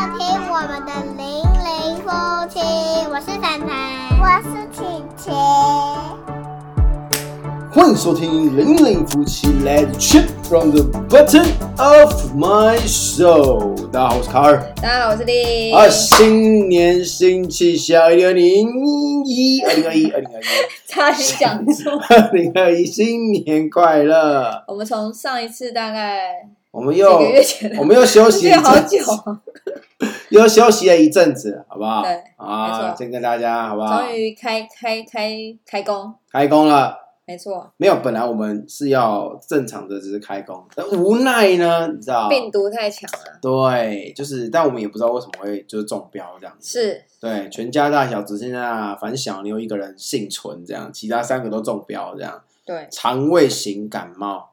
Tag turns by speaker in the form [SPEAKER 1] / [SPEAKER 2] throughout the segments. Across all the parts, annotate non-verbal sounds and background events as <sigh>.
[SPEAKER 1] 我们的零零夫妻，我是凡凡，我是琪琪。
[SPEAKER 2] 欢迎收听《零零夫妻 Let's Chip from the Button of My Soul》。大家好，我是卡尔。
[SPEAKER 3] 大家好，我是丽。
[SPEAKER 2] 啊，新年新气象，二零零一，二零二一，二零二一，
[SPEAKER 3] 差点讲错。
[SPEAKER 2] 二零二一，新年快乐！
[SPEAKER 3] 我们从上一次大概
[SPEAKER 2] 我们
[SPEAKER 3] 几
[SPEAKER 2] 又
[SPEAKER 3] 个月前，
[SPEAKER 2] 我们又休息一
[SPEAKER 3] 对好
[SPEAKER 2] 阵
[SPEAKER 3] 久
[SPEAKER 2] 子，，又休息了一阵子，好不好？
[SPEAKER 3] 对没
[SPEAKER 2] 啊，
[SPEAKER 3] 错
[SPEAKER 2] 先跟大家好不好
[SPEAKER 3] 终？于开开开开工，
[SPEAKER 2] 开工了。
[SPEAKER 3] 没错，
[SPEAKER 2] 没有，本来我们是要正常的，只是开工，但无奈呢，你知道，
[SPEAKER 3] 病毒太强了，
[SPEAKER 2] 对，就是，但我们也不知道为什么会就是中标这样子。
[SPEAKER 3] 是
[SPEAKER 2] 对，全家大小只剩下反正小妞一个人幸存，这样，其他三个都中标，这样，
[SPEAKER 3] 对，
[SPEAKER 2] 肠胃型感冒，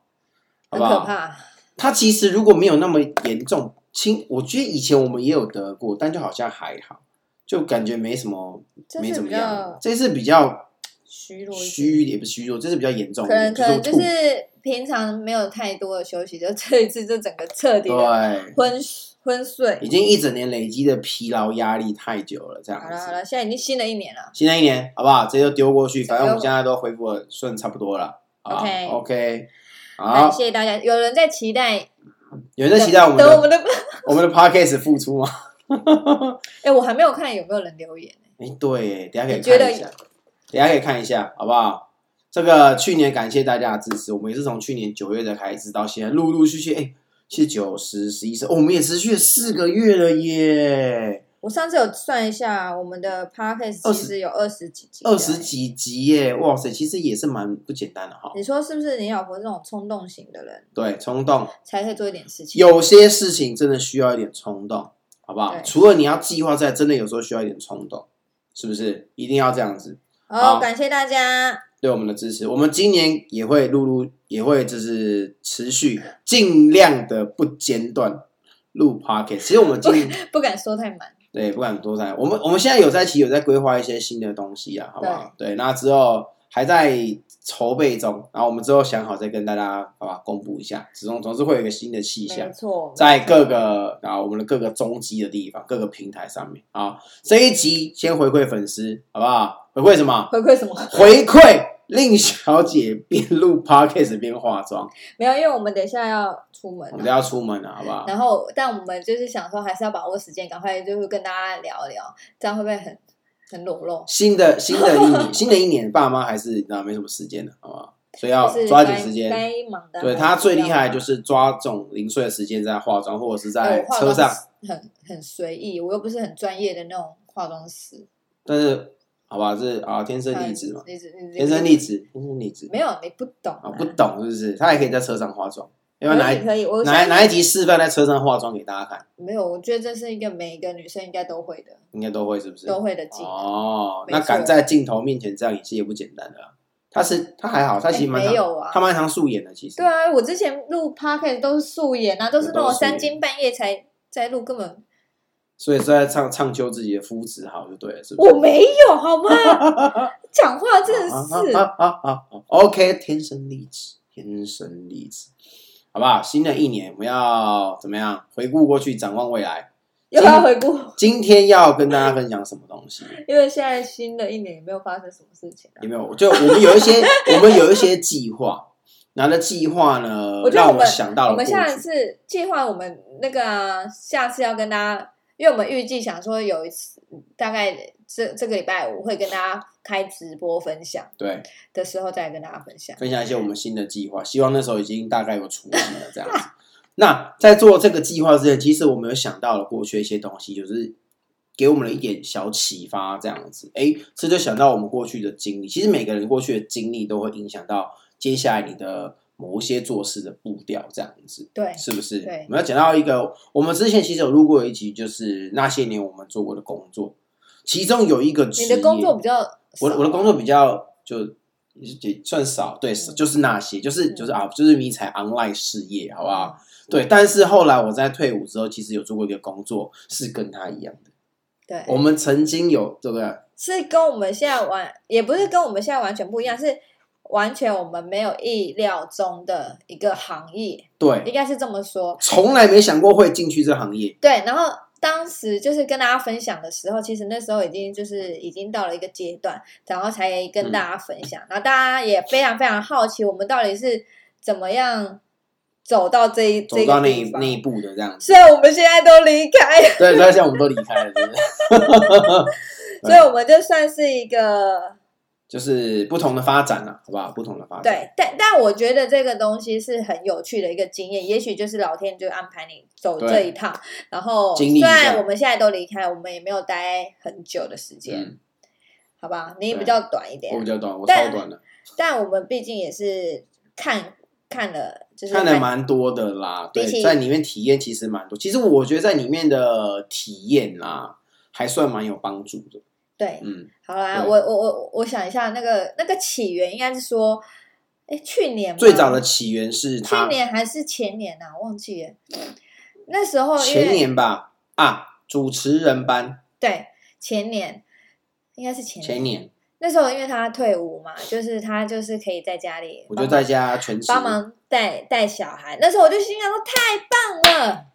[SPEAKER 2] 好
[SPEAKER 3] 很
[SPEAKER 2] 不
[SPEAKER 3] 可
[SPEAKER 2] 好？
[SPEAKER 3] 怕，
[SPEAKER 2] 它其实如果没有那么严重，轻，我觉得以前我们也有得过，但就好像还好，就感觉没什么，
[SPEAKER 3] 这
[SPEAKER 2] 没
[SPEAKER 3] 是
[SPEAKER 2] 怎么
[SPEAKER 3] 比
[SPEAKER 2] 样
[SPEAKER 3] 较。
[SPEAKER 2] 这次比较
[SPEAKER 3] 虚弱一点，
[SPEAKER 2] 虚，也不是虚弱，这次比较严重一
[SPEAKER 3] 可能
[SPEAKER 2] 点，
[SPEAKER 3] 可能
[SPEAKER 2] 就
[SPEAKER 3] 就
[SPEAKER 2] 我吐
[SPEAKER 3] 是是平常没有太多的休息，就 <laughs> 这一次就整个彻底的
[SPEAKER 2] 对。啊
[SPEAKER 3] 昏昏睡
[SPEAKER 2] 已。经一整年累积的疲劳压力太久了，这样
[SPEAKER 3] 好了好
[SPEAKER 2] 子。
[SPEAKER 3] 了，现在已经新的一年了，
[SPEAKER 2] 新的一年好不好？直接就丢过去，反正我们
[SPEAKER 3] 丢
[SPEAKER 2] 现在都恢复的顺差不多了。好
[SPEAKER 3] OK
[SPEAKER 2] OK，
[SPEAKER 3] 感
[SPEAKER 2] 好，
[SPEAKER 3] 谢大家。有人在期待，
[SPEAKER 2] 有人在期待我们
[SPEAKER 3] 等我
[SPEAKER 2] 的
[SPEAKER 3] 们的， <laughs>
[SPEAKER 2] 我们的 Podcast 付出吗？
[SPEAKER 3] 哎，我还没有看有没有人留言。
[SPEAKER 2] 哎，对，等一下可以
[SPEAKER 3] 你觉得
[SPEAKER 2] 看一下，等一下可以看一下，好不好？这个去年感谢大家的支持，我们也是从去年九月的开始到现在，陆陆续续，哎，是九十十一十，哦我们也持续了四个月了耶。
[SPEAKER 3] 我上次有算一下，我们的 podcast
[SPEAKER 2] 20
[SPEAKER 3] 其实有二十几集，
[SPEAKER 2] 二十。几集耶，哇塞，其实也是蛮不简单的哈。
[SPEAKER 3] 你说是不是你老婆这种冲动型的人
[SPEAKER 2] 对，冲动，
[SPEAKER 3] 才可以做一点事情？哦
[SPEAKER 2] 有些事情真的需要一点冲动，好不好
[SPEAKER 3] 对？
[SPEAKER 2] 除了你要计划在，真的有时候需要一点冲动，是不是？一定要这样子
[SPEAKER 3] 好，
[SPEAKER 2] 好
[SPEAKER 3] 感谢大家，
[SPEAKER 2] 对我们的支持。我们今年也会录录，也会就是持续尽量的不间断录 pocket。其实我们今年
[SPEAKER 3] 不敢说太满，
[SPEAKER 2] 对不敢多谈，我们我们现在有在其实有在规划一些新的东西啊，好不好？对，那之后还在筹备中，然后我们之后想好再跟大家好吧公布一下，始终总是会有一个新的气象
[SPEAKER 3] 没。错，
[SPEAKER 2] 在各个啊我们的各个中基的地方、各个平台上面啊。这一集先回馈粉丝，好不好？回馈什么？
[SPEAKER 3] 回馈什么？ <laughs>
[SPEAKER 2] 回馈令小姐边录 podcast 边化妆，
[SPEAKER 3] 没有，因为我们等一下要出门
[SPEAKER 2] 我们都
[SPEAKER 3] 啊。
[SPEAKER 2] 要出门了，好不好？
[SPEAKER 3] 然后，但我们就是想说，还是要把握时间，赶快就是跟大家聊聊，这样会不会很很裸露？
[SPEAKER 2] 新的新的一
[SPEAKER 3] <laughs>
[SPEAKER 2] 年，新的一年，爸妈还是你知道没什么时间的，好不好？所以要
[SPEAKER 3] 就是
[SPEAKER 2] 抓紧
[SPEAKER 3] 该
[SPEAKER 2] 时间。
[SPEAKER 3] 该忙的。。
[SPEAKER 2] 对他最厉害就是是抓这种零碎的时间在化妆，或者是
[SPEAKER 3] 哎
[SPEAKER 2] 在
[SPEAKER 3] 我化
[SPEAKER 2] 车
[SPEAKER 3] 妆
[SPEAKER 2] 上。
[SPEAKER 3] 很很随意，我又不是很专业的那种化妆师。
[SPEAKER 2] 但是，好吧，这啊天生丽质嘛，
[SPEAKER 3] 你只呃你只
[SPEAKER 2] 天生丽质，天生丽质。
[SPEAKER 3] 没有，你不懂
[SPEAKER 2] 啊，不懂是不是？他也可以在车上化妆，要不要
[SPEAKER 3] 可
[SPEAKER 2] 哪
[SPEAKER 3] 以
[SPEAKER 2] 一
[SPEAKER 3] 可以，我
[SPEAKER 2] 哪
[SPEAKER 3] 相
[SPEAKER 2] 一哪一集示范在车上化妆给大家看？
[SPEAKER 3] 没有，我觉得这是一个每一个女生应该都会的，
[SPEAKER 2] 应该都会是不是？
[SPEAKER 3] 都会的技能。
[SPEAKER 2] 哦，
[SPEAKER 3] 没
[SPEAKER 2] 那
[SPEAKER 3] 错
[SPEAKER 2] 敢在镜头面前这样，也是也不简单的啊。他是他还好，他
[SPEAKER 3] 哎
[SPEAKER 2] 其实蛮
[SPEAKER 3] 没
[SPEAKER 2] 常
[SPEAKER 3] 有啊
[SPEAKER 2] 他。蛮常素颜的，其实
[SPEAKER 3] 对啊，我之前录 podcast 都是素颜啊，都是那
[SPEAKER 2] 都
[SPEAKER 3] 种
[SPEAKER 2] 是素颜
[SPEAKER 3] 三更半夜才在录，
[SPEAKER 2] <laughs>
[SPEAKER 3] 根本
[SPEAKER 2] 所以是在唱唱秋自己的肤质好就对了，是不是？
[SPEAKER 3] 我没有
[SPEAKER 2] <laughs>
[SPEAKER 3] 好吗？讲话真的
[SPEAKER 2] 啊
[SPEAKER 3] 是，
[SPEAKER 2] 啊啊啊啊！OK，天生丽质，天生丽质，好不好？新的一年我们要怎么样？回顾过去，展望未来。
[SPEAKER 3] 又要回顾，
[SPEAKER 2] 今天要跟大家分享什么东西？
[SPEAKER 3] 因为现在新的一年也没有发生什么事情啊。
[SPEAKER 2] 有没有？就我们有一些，
[SPEAKER 3] <laughs>
[SPEAKER 2] 我们有一些计划，然后的计划呢，
[SPEAKER 3] 我觉得
[SPEAKER 2] 让我
[SPEAKER 3] 我们
[SPEAKER 2] 们想到了
[SPEAKER 3] 我们下
[SPEAKER 2] 过
[SPEAKER 3] 一
[SPEAKER 2] 去
[SPEAKER 3] 次计划，我们那个啊、下次要跟大家，因为我们预计想说有一次，大概这这个礼拜五会跟大家开直播分享
[SPEAKER 2] 对
[SPEAKER 3] 的时候再跟大家分享。
[SPEAKER 2] 分享一些我们新的计划，希望那时候已经大概有雏形了这样子。那在做这个计划之前，其实我们有想到了过去一些东西，就是给我们了一点小启发这样子。哎，这就想到我们过去的经历，其实每个人过去的经历都会影响到接下来你的某一些做事的步调这样子。
[SPEAKER 3] 对，
[SPEAKER 2] 是不是？
[SPEAKER 3] 对
[SPEAKER 2] 我们要讲到一个，我们之前其实有录过一集，就是那些年我们做过的工作，其中有一个职
[SPEAKER 3] 你
[SPEAKER 2] 业，
[SPEAKER 3] 的工作比较少，
[SPEAKER 2] 我的我的工作比较就也算少，对，
[SPEAKER 3] 嗯
[SPEAKER 2] 就是那些，就是
[SPEAKER 3] 嗯
[SPEAKER 2] 就是啊，就是迷彩 online 事业，好不好？对，但是后来我在退伍之后，其实有做过一个工作，是跟他一样的。
[SPEAKER 3] 对，
[SPEAKER 2] 我们曾经有对不对？
[SPEAKER 3] 是跟我们现在完，也不是跟我们现在完全不一样，是完全我们没有意料中的一个行业，
[SPEAKER 2] 对，
[SPEAKER 3] 哎应该是这么说。
[SPEAKER 2] 从来没想过会进去这行业，
[SPEAKER 3] 对，然后当时就是跟大家分享的时候，其实那时候已经就是已经到了一个阶段，然后才跟
[SPEAKER 2] 嗯
[SPEAKER 3] 大家分享。然后大家也非常非常好奇，我们到底是怎么样走到这一
[SPEAKER 2] 走到那
[SPEAKER 3] 这个
[SPEAKER 2] 一
[SPEAKER 3] 地方
[SPEAKER 2] 那一步的这样子。
[SPEAKER 3] 虽然我们现在都离开了，
[SPEAKER 2] 对，所以现在我们都离开了，是不是？对
[SPEAKER 3] 所以我们就算是一个
[SPEAKER 2] <laughs> 就是不同的发展啊了，好不好？不同的发展。
[SPEAKER 3] 对，但但我觉得这个东西是很有趣的一个经验，也许就是老天就安排你走
[SPEAKER 2] 对
[SPEAKER 3] 这一趟。然后
[SPEAKER 2] 经
[SPEAKER 3] 虽
[SPEAKER 2] 历一下
[SPEAKER 3] 然我们现在都离开，我们也没有待很久的时间，
[SPEAKER 2] 嗯，
[SPEAKER 3] 好吧？你
[SPEAKER 2] 对
[SPEAKER 3] 比较短一点
[SPEAKER 2] 我比，较短，我
[SPEAKER 3] 但
[SPEAKER 2] 超短的，
[SPEAKER 3] 但我们毕竟也是看看了，就是
[SPEAKER 2] 看了蛮多的啦。对
[SPEAKER 3] 比起，
[SPEAKER 2] 在里面体验其实蛮多。其实我觉得在里面的体验啦，还算蛮有帮助的。
[SPEAKER 3] 对。
[SPEAKER 2] 嗯，
[SPEAKER 3] 好啦，
[SPEAKER 2] 对
[SPEAKER 3] 我我我我想一下，那个那个起源应该是说，哎，去年吗
[SPEAKER 2] 最早的起源啊是
[SPEAKER 3] 去
[SPEAKER 2] 他
[SPEAKER 3] 年还是前年啊，忘记了。那时候因为
[SPEAKER 2] 前年吧啊，主持人班
[SPEAKER 3] 对前年应该是前
[SPEAKER 2] 前年，
[SPEAKER 3] 那时候因为他退伍嘛，就是他就是可以在家里
[SPEAKER 2] 我
[SPEAKER 3] 帮
[SPEAKER 2] 就
[SPEAKER 3] 忙
[SPEAKER 2] 在家全职
[SPEAKER 3] 帮忙带带小孩。那时候我就心想说太棒了，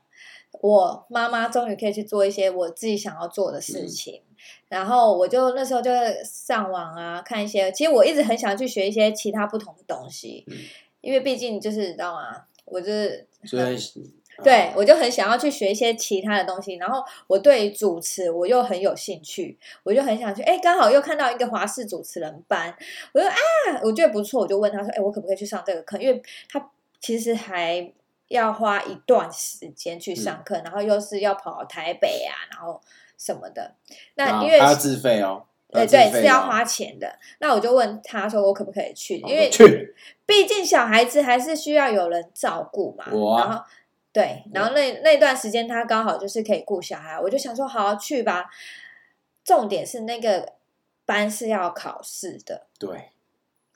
[SPEAKER 3] 我妈妈终于可以去做一些我自己想要做的事情。然后我就那时候就上网啊，看一些，其实我一直很想去学一些其他不同的东西，
[SPEAKER 2] 嗯
[SPEAKER 3] 因为毕竟就是你知道吗？我就是
[SPEAKER 2] 所以
[SPEAKER 3] 嗯
[SPEAKER 2] 啊
[SPEAKER 3] 对，我就很想要去学一些其他的东西，然后我对于主持我又很有兴趣，我就很想去，哎，刚好又看到一个华视主持人班，我就啊，我觉得不错，我就问他说，哎，我可不可以去上这个课？因为他其实还要花一段时间去
[SPEAKER 2] 嗯
[SPEAKER 3] 上课，然后又是要跑台北啊，然后什么的。
[SPEAKER 2] 然
[SPEAKER 3] 那
[SPEAKER 2] 后
[SPEAKER 3] 因为
[SPEAKER 2] 他要自费哦，
[SPEAKER 3] 呃
[SPEAKER 2] 自
[SPEAKER 3] 对
[SPEAKER 2] 费
[SPEAKER 3] 是要
[SPEAKER 2] 哦
[SPEAKER 3] 花钱的，那我就问他说我可不可以去？
[SPEAKER 2] 好
[SPEAKER 3] 因为
[SPEAKER 2] 我去
[SPEAKER 3] 毕竟小孩子还是需要有人照顾嘛。
[SPEAKER 2] 我啊
[SPEAKER 3] 然后对，然后那那段时间他刚好就是可以顾小孩，我就想说好好去吧。重点是那个班是要考试的，
[SPEAKER 2] 对，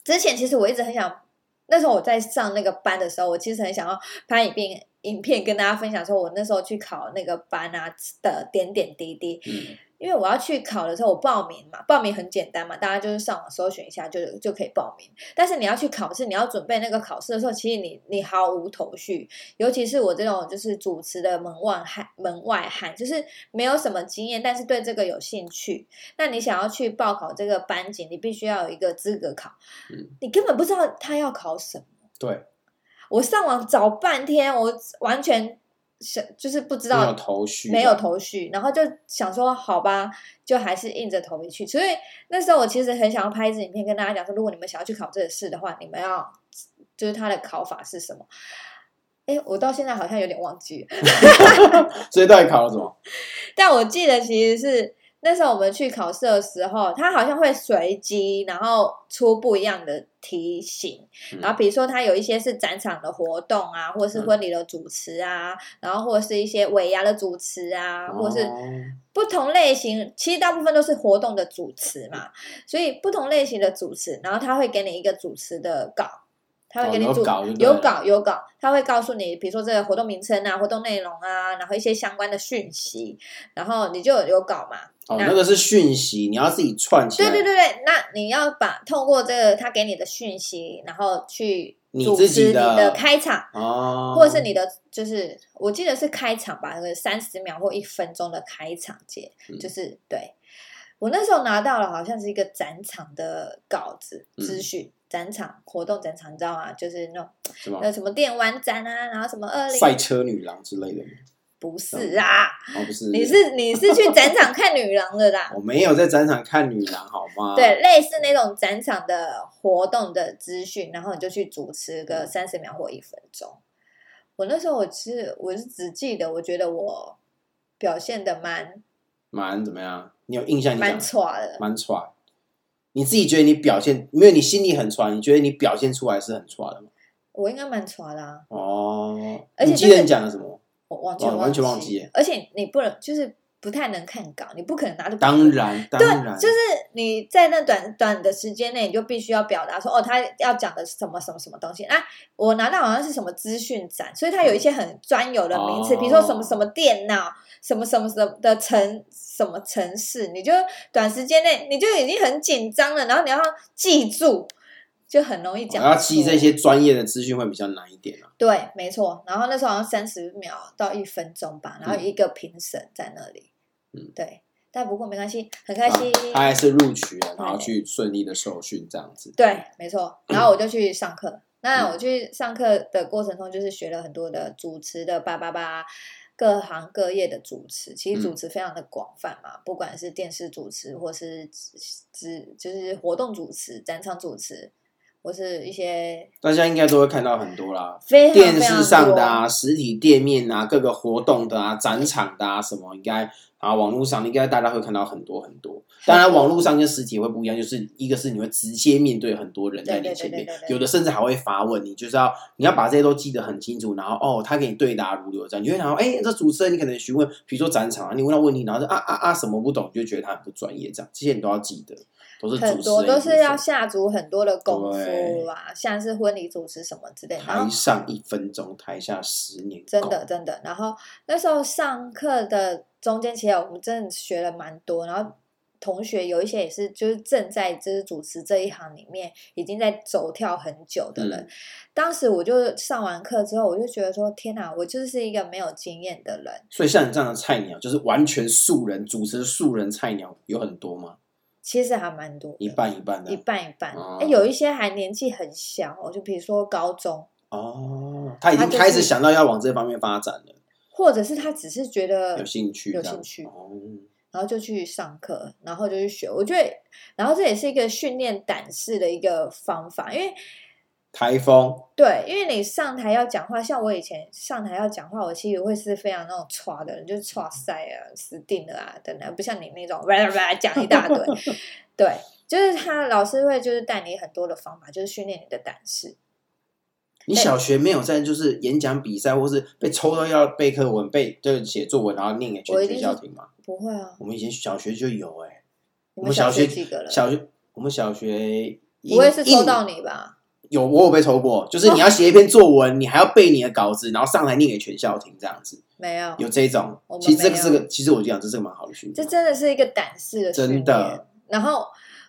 [SPEAKER 3] 之前其实我一直很想，那时候我在上那个班的时候，我其实很想要拍影片，影片跟大家分享说，我那时候去考那个班啊的点点滴滴。
[SPEAKER 2] 嗯
[SPEAKER 3] 因为我要去考的时候，我报名嘛，报名很简单嘛，大家就是上网搜寻一下就就可以报名。但是你要去考试，你要准备那个考试的时候，其实你你毫无头绪，尤其是我这种就是主持的门外汉，门外汉就是没有什么经验，但是对这个有兴趣。那你想要去报考这个班级，你必须要有一个资格考，
[SPEAKER 2] 嗯
[SPEAKER 3] 你根本不知道他要考什么。
[SPEAKER 2] 对，
[SPEAKER 3] 我上网找半天，我完全是就是不知
[SPEAKER 2] 没有
[SPEAKER 3] 道
[SPEAKER 2] 头绪，
[SPEAKER 3] 没有，头绪，然后就想说好吧，就还是硬着头皮去。所以那时候我其实很想要拍一支影片跟大家讲说，如果你们想要去考这个试的话，你们要就是它的考法是什么？哎，我到现在好像有点忘记了，
[SPEAKER 2] 所以到底考了什么？
[SPEAKER 3] 但我记得其实是那时候我们去考试的时候，它好像会随机然后出不一样的题型，
[SPEAKER 2] 嗯
[SPEAKER 3] 然后比如说它有一些是展场的活动啊，或是婚礼的主持啊，然后或是一些尾牙的主持啊，或是
[SPEAKER 2] 哦
[SPEAKER 3] 不同类型，其实大部分都是活动的主持嘛，所以不同类型的主持，然后他会给你一个主持的稿，他会给你
[SPEAKER 2] 哦
[SPEAKER 3] 主、
[SPEAKER 2] 有稿就对了
[SPEAKER 3] 有稿有稿，他会告诉你，比如说这个活动名称啊、活动内容啊，然后一些相关的讯息，然后你就有稿嘛。
[SPEAKER 2] 哦，
[SPEAKER 3] 那
[SPEAKER 2] 那个是讯息，你要自己串起
[SPEAKER 3] 对
[SPEAKER 2] 来。
[SPEAKER 3] 对对对，那你要把透过这个他给你的讯息，然后去
[SPEAKER 2] 你
[SPEAKER 3] 主
[SPEAKER 2] 自
[SPEAKER 3] 持
[SPEAKER 2] 己
[SPEAKER 3] 你
[SPEAKER 2] 的
[SPEAKER 3] 的开场，
[SPEAKER 2] 哦，
[SPEAKER 3] 或者是你的就是我记得是开场吧，那个三十秒或一分钟的开场节，
[SPEAKER 2] 嗯
[SPEAKER 3] 就是对我那时候拿到了好像是一个展场的稿子
[SPEAKER 2] 嗯
[SPEAKER 3] 资讯。展场活动展场，你知道吗？就是那种
[SPEAKER 2] 什么
[SPEAKER 3] 呃什么电玩展啊，然后什么二零
[SPEAKER 2] 哦赛车女郎之类的吗？
[SPEAKER 3] 不是啊，
[SPEAKER 2] 哦，不是，
[SPEAKER 3] 你是你是去展场看女郎的啦，
[SPEAKER 2] 我没有在展场看女郎，好吗？
[SPEAKER 3] 对，，类似那种展场的活动的资讯，然后你就去主持
[SPEAKER 2] 嗯
[SPEAKER 3] 个三十秒或一分钟。我那时候我是我是只记得，我觉得我表现的蛮
[SPEAKER 2] 蛮怎么样？你有印象？你讲
[SPEAKER 3] 蛮差的，
[SPEAKER 2] 蛮喘。你自己觉得你表现，因为你心里很喘，你觉得你表现出来是很喘的吗？
[SPEAKER 3] 我应该蛮差的啊，
[SPEAKER 2] 哦，
[SPEAKER 3] 而
[SPEAKER 2] 你
[SPEAKER 3] 且就
[SPEAKER 2] 记得
[SPEAKER 3] 是
[SPEAKER 2] 你讲了什么？
[SPEAKER 3] 我完全
[SPEAKER 2] 哇完全忘
[SPEAKER 3] 记
[SPEAKER 2] 记耶
[SPEAKER 3] 而且你不能就是不太能看稿，你不可能拿着
[SPEAKER 2] 当。然，当
[SPEAKER 3] 对
[SPEAKER 2] 然，，
[SPEAKER 3] 就是你在那短短的时间内，你就必须要表达说，哦，他要讲的是什么什么什么东西。那我拿到好像是什么资讯展，所以它有一些很专有的名词，
[SPEAKER 2] 嗯哦
[SPEAKER 3] 比如说什么什么电脑，什么什么什么的城什么城市，你就短时间内你就已经很紧张了，然后你要记住。就很容易讲
[SPEAKER 2] 我哦要
[SPEAKER 3] 错
[SPEAKER 2] 记这些专业的资讯会比较难一点啊。
[SPEAKER 3] 对，没错。然后那时候好像三十秒到一分钟吧，然后有一个评审在那里。
[SPEAKER 2] 嗯，
[SPEAKER 3] 对。但不过没关系，很开心。
[SPEAKER 2] 啊他还是录取了，然后去顺利的受训这样子。
[SPEAKER 3] 对，没错。然后我就去上课。那
[SPEAKER 2] 嗯
[SPEAKER 3] 我去上课的过程中，就是学了很多的主持的叭叭叭，各行各业的主持。其实
[SPEAKER 2] 嗯
[SPEAKER 3] 主持非常的广泛嘛，不管是电视主持，或是只就是活动主持、展场主持，或是一些
[SPEAKER 2] 大家应该都会看到很多啦，
[SPEAKER 3] 非常
[SPEAKER 2] 电
[SPEAKER 3] 非常
[SPEAKER 2] 视上
[SPEAKER 3] 多
[SPEAKER 2] 的啊，实体店面啊，各个活动的啊，展场的啊，什么应该啊，网络上应该大家会看到很多很多。当然，网络上跟实体会不一样，就是一个是你会直接面对很多人在你前面
[SPEAKER 3] 对对对对，对
[SPEAKER 2] 有的甚至还会发问，你就是要你要把这些都记得很清楚，然后哦，他给你对答如流这样，你就会想到，哎，这主持人你可能询问，比如说展场啊，你问他问题，然后就啊啊啊什么不懂，你就觉得他很不专业这样，这些你都要记得，都是主持人
[SPEAKER 3] 很多都是要
[SPEAKER 2] 一部分
[SPEAKER 3] 下足很多的功夫
[SPEAKER 2] 对
[SPEAKER 3] 啊，像是婚礼主持什么之类的。然
[SPEAKER 2] 台
[SPEAKER 3] 后
[SPEAKER 2] 上一分钟，台下十年功，
[SPEAKER 3] 真的真的，然后那时候上课的中间，其实我们真的学了蛮多，然后。同学有一些也是，就是正在就是主持这一行里面已经在走跳很久的人。
[SPEAKER 2] 嗯
[SPEAKER 3] 当时我就上完课之后，我就觉得说：天哪，我就是一个没有经验的人。
[SPEAKER 2] 所以像你这样的菜鸟，就是完全素人，主持素人菜鸟有很多吗？
[SPEAKER 3] 其实还蛮多的，
[SPEAKER 2] 一半一半的
[SPEAKER 3] 一半一半。
[SPEAKER 2] 哦
[SPEAKER 3] 哎、有一些还年纪很小哦，就比如说高中，
[SPEAKER 2] 哦，他已经
[SPEAKER 3] 他就是
[SPEAKER 2] 开始想到要往这方面发展了，
[SPEAKER 3] 或者是他只是觉得
[SPEAKER 2] 有兴趣，
[SPEAKER 3] 有
[SPEAKER 2] 这样
[SPEAKER 3] 兴趣
[SPEAKER 2] 哦，
[SPEAKER 3] 然后就去上课，然后就去学。我觉得，然后这也是一个训练胆识的一个方法，因为
[SPEAKER 2] 台风
[SPEAKER 3] 对，因为你上台要讲话，像我以前上台要讲话，我其实会是非常那种歘的人，就是歘塞啊、死定了啊等等，不像你那种 <laughs> 叭叭叭讲一大堆。对，就是他老师会就是带你很多的方法，就是训练你的胆识。
[SPEAKER 2] 你
[SPEAKER 3] 对
[SPEAKER 2] 小学没有在就是演讲比赛，或是被抽到要背课文、背就是写作文，然后念给
[SPEAKER 3] 我
[SPEAKER 2] 全
[SPEAKER 3] 一
[SPEAKER 2] 学
[SPEAKER 3] 定是
[SPEAKER 2] 校听吗？
[SPEAKER 3] 不会啊，
[SPEAKER 2] 我们以前小学就有哎、
[SPEAKER 3] 你
[SPEAKER 2] 我们
[SPEAKER 3] 小
[SPEAKER 2] 学
[SPEAKER 3] 几个人？
[SPEAKER 2] 小学我们小学
[SPEAKER 3] 不会是
[SPEAKER 2] 一
[SPEAKER 3] 抽到你吧？
[SPEAKER 2] 有我有被抽过，就是你要写一篇作文，你还要背你的稿子，然后上台念给全校听这样子。
[SPEAKER 3] 没有，
[SPEAKER 2] 有这种
[SPEAKER 3] 我，们
[SPEAKER 2] 其实这个
[SPEAKER 3] 没有
[SPEAKER 2] 是个，其实我就讲这是个蛮好的训
[SPEAKER 3] 这
[SPEAKER 2] 练。啊
[SPEAKER 3] 真的是一个胆识的训
[SPEAKER 2] 真
[SPEAKER 3] 练
[SPEAKER 2] 的，
[SPEAKER 3] 然后